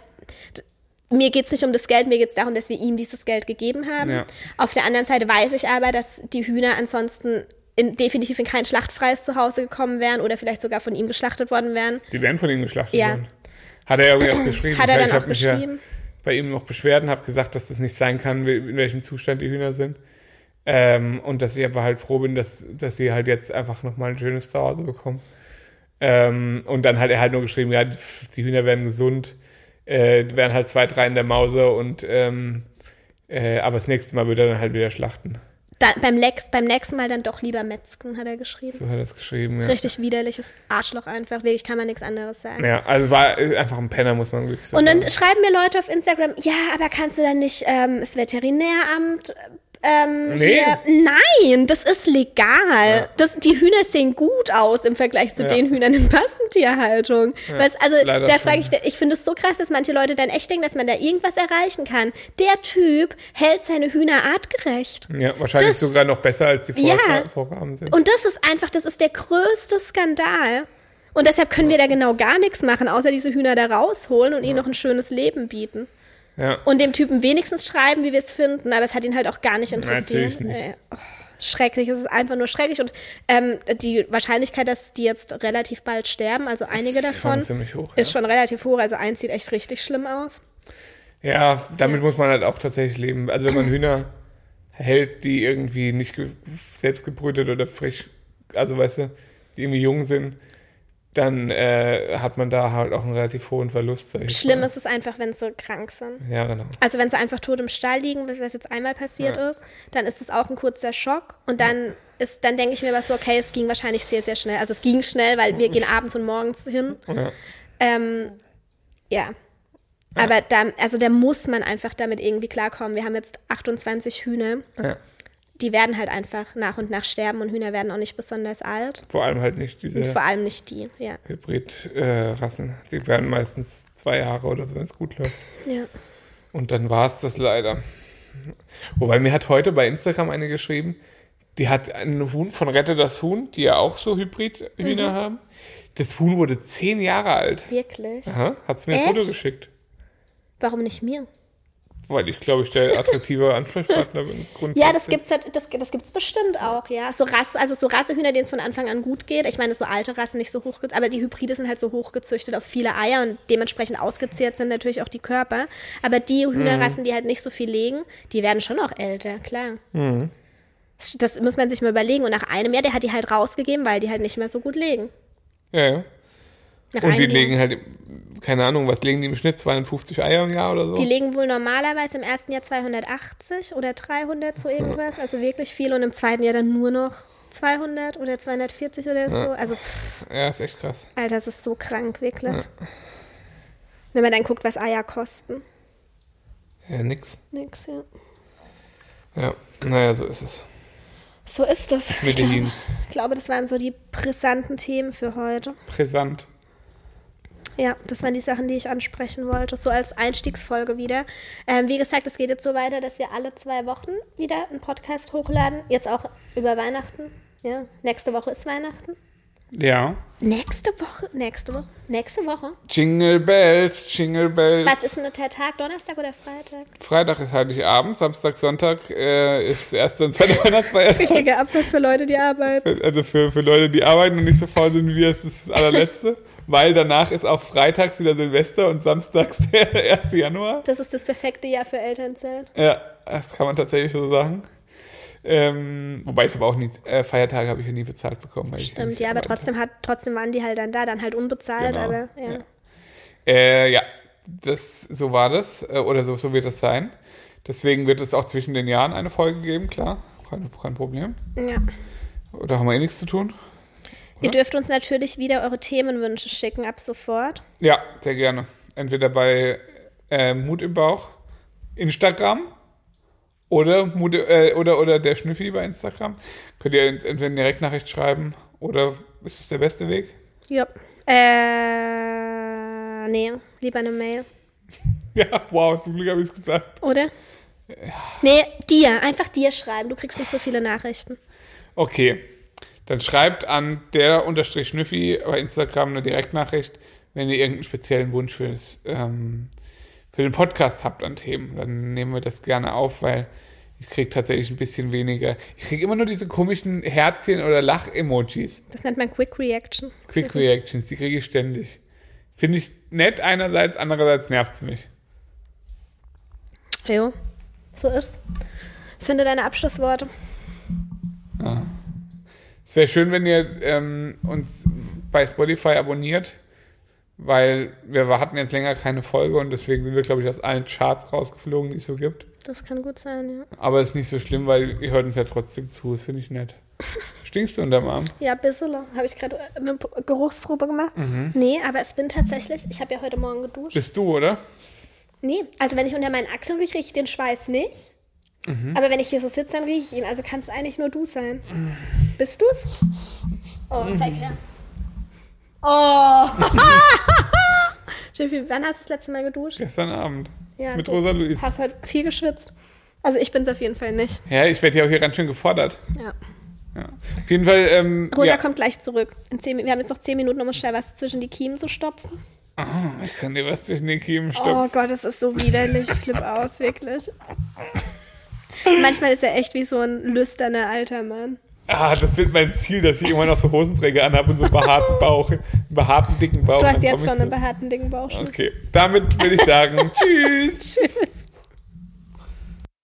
S1: mir geht's nicht um das Geld, mir geht's darum, dass wir ihm dieses Geld gegeben haben.
S2: Ja.
S1: Auf der anderen Seite weiß ich aber, dass die Hühner ansonsten in, definitiv in kein schlachtfreies Zuhause gekommen wären oder vielleicht sogar von ihm geschlachtet worden wären.
S2: Die werden von ihm geschlachtet
S1: Ja.
S2: worden. Hat er ja irgendwie auch geschrieben.
S1: Hat er
S2: Ich
S1: dann
S2: hab
S1: auch
S2: mich ja
S1: geschrieben.
S2: bei ihm noch beschwert und habe gesagt, dass das nicht sein kann, wie- in welchem Zustand die Hühner sind. Ähm, und dass ich aber halt froh bin, dass, dass sie halt jetzt einfach nochmal ein schönes Zuhause bekommen. Ähm, und dann hat er halt nur geschrieben, ja, die Hühner werden gesund, äh, werden halt zwei, drei in der Mause und ähm, äh, aber das nächste Mal wird er dann halt wieder schlachten.
S1: Dann, beim, Lex, beim nächsten Mal dann doch lieber Metzgen, hat er geschrieben.
S2: So hat er das geschrieben, ja.
S1: Richtig widerliches Arschloch einfach. Wirklich kann man nichts anderes sagen.
S2: Ja, also war äh, einfach ein Penner, muss man wirklich so
S1: Und
S2: sagen.
S1: dann schreiben mir Leute auf Instagram, ja, aber kannst du dann nicht ähm, das Veterinäramt ähm,
S2: Nee.
S1: hier? Nein, das ist legal. Das, die Hühner sehen gut aus im Vergleich zu
S2: Ja.
S1: den Hühnern in Massentierhaltung. Was, also
S2: leider
S1: da
S2: schon.
S1: frage ich, ich finde es so krass, dass manche Leute dann echt denken, dass man da irgendwas erreichen kann. Der Typ hält seine Hühner artgerecht.
S2: ja, wahrscheinlich
S1: das-
S2: sogar noch besser, als die Vor
S1: Ja.
S2: Vorrahmen sind.
S1: Und das ist einfach, das ist der größte Skandal. Und deshalb können wir da genau gar nichts machen, außer diese Hühner da rausholen und ihnen noch ein schönes Leben bieten.
S2: Ja.
S1: und dem Typen wenigstens schreiben, wie wir es finden, aber es hat ihn halt auch gar nicht interessiert.
S2: Natürlich nicht.
S1: Äh, oh, schrecklich, es ist einfach nur schrecklich und ähm, die Wahrscheinlichkeit, dass die jetzt relativ bald sterben, also einige
S2: Das ist schon
S1: davon,
S2: ziemlich hoch,
S1: ist
S2: ja.
S1: schon relativ hoch, also eins sieht echt richtig schlimm aus.
S2: Ja, damit muss man halt auch tatsächlich leben. Also wenn man Hühner hält, die irgendwie nicht ge selbst gebrütet oder frisch, also weißt du, die irgendwie jung sind, dann äh, hat man da halt auch einen relativ hohen Verlust. sag ich jetzt
S1: Schlimm
S2: mal.
S1: ist es einfach, wenn sie krank sind.
S2: Ja, genau.
S1: Also wenn sie einfach tot im Stall liegen, was jetzt einmal passiert
S2: Ja.
S1: ist, dann ist es auch ein kurzer Schock und dann ist, dann denke ich mir was so, okay, es ging wahrscheinlich sehr, sehr schnell. Also es ging schnell, weil wir gehen abends und morgens hin.
S2: Ja.
S1: Ähm, ja. Aber da, also da muss man einfach damit irgendwie klarkommen. Wir haben jetzt 28 Hühner.
S2: Ja.
S1: Die werden halt einfach nach und nach sterben und Hühner werden auch nicht besonders alt.
S2: Vor allem halt nicht
S1: Und
S2: diese
S1: vor allem nicht die, ja.
S2: Hybrid-Rassen. die werden meistens zwei Jahre oder so, wenn es gut läuft.
S1: ja.
S2: Und dann war es das leider. Wobei mir hat heute bei Instagram eine geschrieben, die hat einen Huhn von Rette das Huhn, die ja auch so
S1: Mhm.
S2: Hybrid-Hühner haben. Das Huhn wurde zehn Jahre alt.
S1: Wirklich?
S2: Aha, hat mir ein
S1: Echt?
S2: Foto geschickt.
S1: Warum nicht mir?
S2: Weil ich glaube, ich der attraktive Ansprechpartner bin. grundsätzlich.
S1: Ja, das gibt's halt, das, das gibt's bestimmt auch, ja. So Rasse, also so Rassehühner, denen es von Anfang an gut geht. Ich meine, so alte Rassen nicht so hoch, aber die Hybride sind halt so hochgezüchtet auf viele Eier und dementsprechend ausgezehrt sind natürlich auch die Körper. Aber die
S2: Mhm.
S1: Hühnerrassen, die halt nicht so viel legen, die werden schon auch älter, klar.
S2: Mhm.
S1: Das muss man sich mal überlegen. Und nach einem Jahr, der hat die halt rausgegeben, weil die halt nicht mehr so gut legen.
S2: Ja, ja.
S1: Nach
S2: Und
S1: einem
S2: die
S1: Jahr.
S2: legen halt, keine Ahnung, was legen die im Schnitt? 250 Eier im Jahr oder so?
S1: Die legen wohl normalerweise im ersten Jahr 280 oder 300 so irgendwas, also wirklich viel und im zweiten Jahr dann nur noch 200 oder 240 oder so. Also, pff,
S2: ja, ist echt krass.
S1: Alter, das ist so krank, wirklich. Wenn man dann guckt, was Eier kosten.
S2: Ja, nix.
S1: Nix, ja.
S2: Ja, naja, so ist es.
S1: So ist das.
S2: Mit den Jeans.
S1: Ich glaube, das waren so die brisanten Themen für heute.
S2: Brisant.
S1: Ja, das waren die Sachen, die ich ansprechen wollte. So als Einstiegsfolge wieder. Ähm, wie gesagt, es geht jetzt so weiter, dass wir alle zwei Wochen wieder einen Podcast hochladen. Jetzt auch über Weihnachten. Ja, nächste Woche ist Weihnachten.
S2: Ja.
S1: Nächste Woche? Nächste Woche? Nächste Woche?
S2: Jingle Bells, Jingle Bells.
S1: Was ist denn der Tag? Donnerstag oder Freitag?
S2: Freitag ist Heiligabend, Samstag, Sonntag äh, ist erste und zweite Weihnachtsfeiertag.
S1: Richtiger Apfel für Leute, die arbeiten.
S2: Also für, für Leute, die arbeiten und nicht so faul sind wie wir, ist das das allerletzte. weil danach ist auch freitags wieder Silvester und samstags der 1. Januar.
S1: Das ist das perfekte Jahr für Elternzeit.
S2: Ja, das kann man tatsächlich so sagen. Ähm, wobei ich habe auch nie, äh, Feiertage habe ich ja nie bezahlt bekommen. weil ich
S1: Stimmt,
S2: nicht
S1: ja, aber
S2: gearbeitet
S1: trotzdem, hat, trotzdem waren die halt dann da, dann halt unbezahlt,
S2: Genau,
S1: aber ja.
S2: ja. Äh, ja, das, so war das. Äh, oder so, so wird das sein. Deswegen wird es auch zwischen den Jahren eine Folge geben, klar. Kein, kein Problem.
S1: ja.
S2: Oder haben wir eh nichts zu tun?
S1: Ihr dürft uns natürlich wieder eure Themenwünsche schicken, ab sofort.
S2: Ja, sehr gerne. Entweder bei äh, Mut im Bauch Instagram oder, Mut, äh, oder, oder der Schnüffi bei Instagram. Könnt ihr uns entweder eine Direktnachricht schreiben oder ist es der beste Weg?
S1: Ja. Äh, nee, lieber eine Mail.
S2: Ja, wow, zum Glück habe ich es gesagt.
S1: Oder? Nee, dir. Einfach dir schreiben. Du kriegst nicht so viele Nachrichten.
S2: Okay, dann schreibt an der unterstrich Schnüffi bei Instagram eine Direktnachricht, wenn ihr irgendeinen speziellen Wunsch für, das, ähm, für den Podcast habt an Themen. Dann nehmen wir das gerne auf, weil ich kriege tatsächlich ein bisschen weniger. Ich kriege immer nur diese komischen Herzchen oder Lach-Emojis.
S1: Das nennt man Quick Reaction.
S2: Quick Reactions, die kriege ich ständig. Finde ich nett einerseits, andererseits nervt es mich.
S1: Jo. So ist's. Finde deine Abschlussworte.
S2: Es wäre schön, wenn ihr ähm, uns bei Spotify abonniert, weil wir hatten jetzt länger keine Folge und deswegen sind wir, glaube ich, aus allen Charts rausgeflogen, die es so gibt.
S1: Das kann gut sein, ja.
S2: Aber ist nicht so schlimm, weil ihr hört uns ja trotzdem zu. Das finde ich nett. Stinkst du unterm Arm?
S1: Ja, bissele. Habe ich gerade eine P- Geruchsprobe gemacht? Nee, aber es bin tatsächlich, ich habe ja heute Morgen geduscht.
S2: Bist du, oder?
S1: Nee, also wenn ich unter meinen Achseln rieche, rieche ich den Schweiß nicht.
S2: Mhm.
S1: Aber wenn ich hier so sitze, dann rieche ich ihn. Also kannst eigentlich nur du sein. Bist du's? Oh,
S2: Mhm.
S1: zeig her. Oh! Jeffy, wann hast du das letzte Mal geduscht?
S2: Gestern Abend.
S1: Ja,
S2: mit
S1: du
S2: Rosa Luis.
S1: Hast heute viel geschwitzt. Also ich bin's auf jeden Fall nicht.
S2: Ja, ich werde ja auch hier ganz schön gefordert.
S1: Ja.
S2: Ja. Auf jeden Fall, ähm,
S1: Rosa
S2: ja.
S1: kommt gleich zurück. In zehn, wir haben jetzt noch zehn Minuten, um uns schnell was zwischen die Kiemen zu stopfen.
S2: ich kann dir was zwischen den Kiemen
S1: Oh
S2: stopfen.
S1: Gott, das ist so widerlich. Flip aus, wirklich. Manchmal ist er echt wie so ein lüsterner alter Mann.
S2: Ah, das wird mein Ziel, dass ich immer noch so Hosenträger anhabe und so einen behaarten Bauch, einen behaarten dicken Bauch.
S1: Du hast
S2: Dann
S1: jetzt
S2: komm
S1: schon
S2: ich
S1: einen behaarten dicken Bauch.
S2: so. Okay, damit will ich sagen, tschüss.
S1: Tschüss.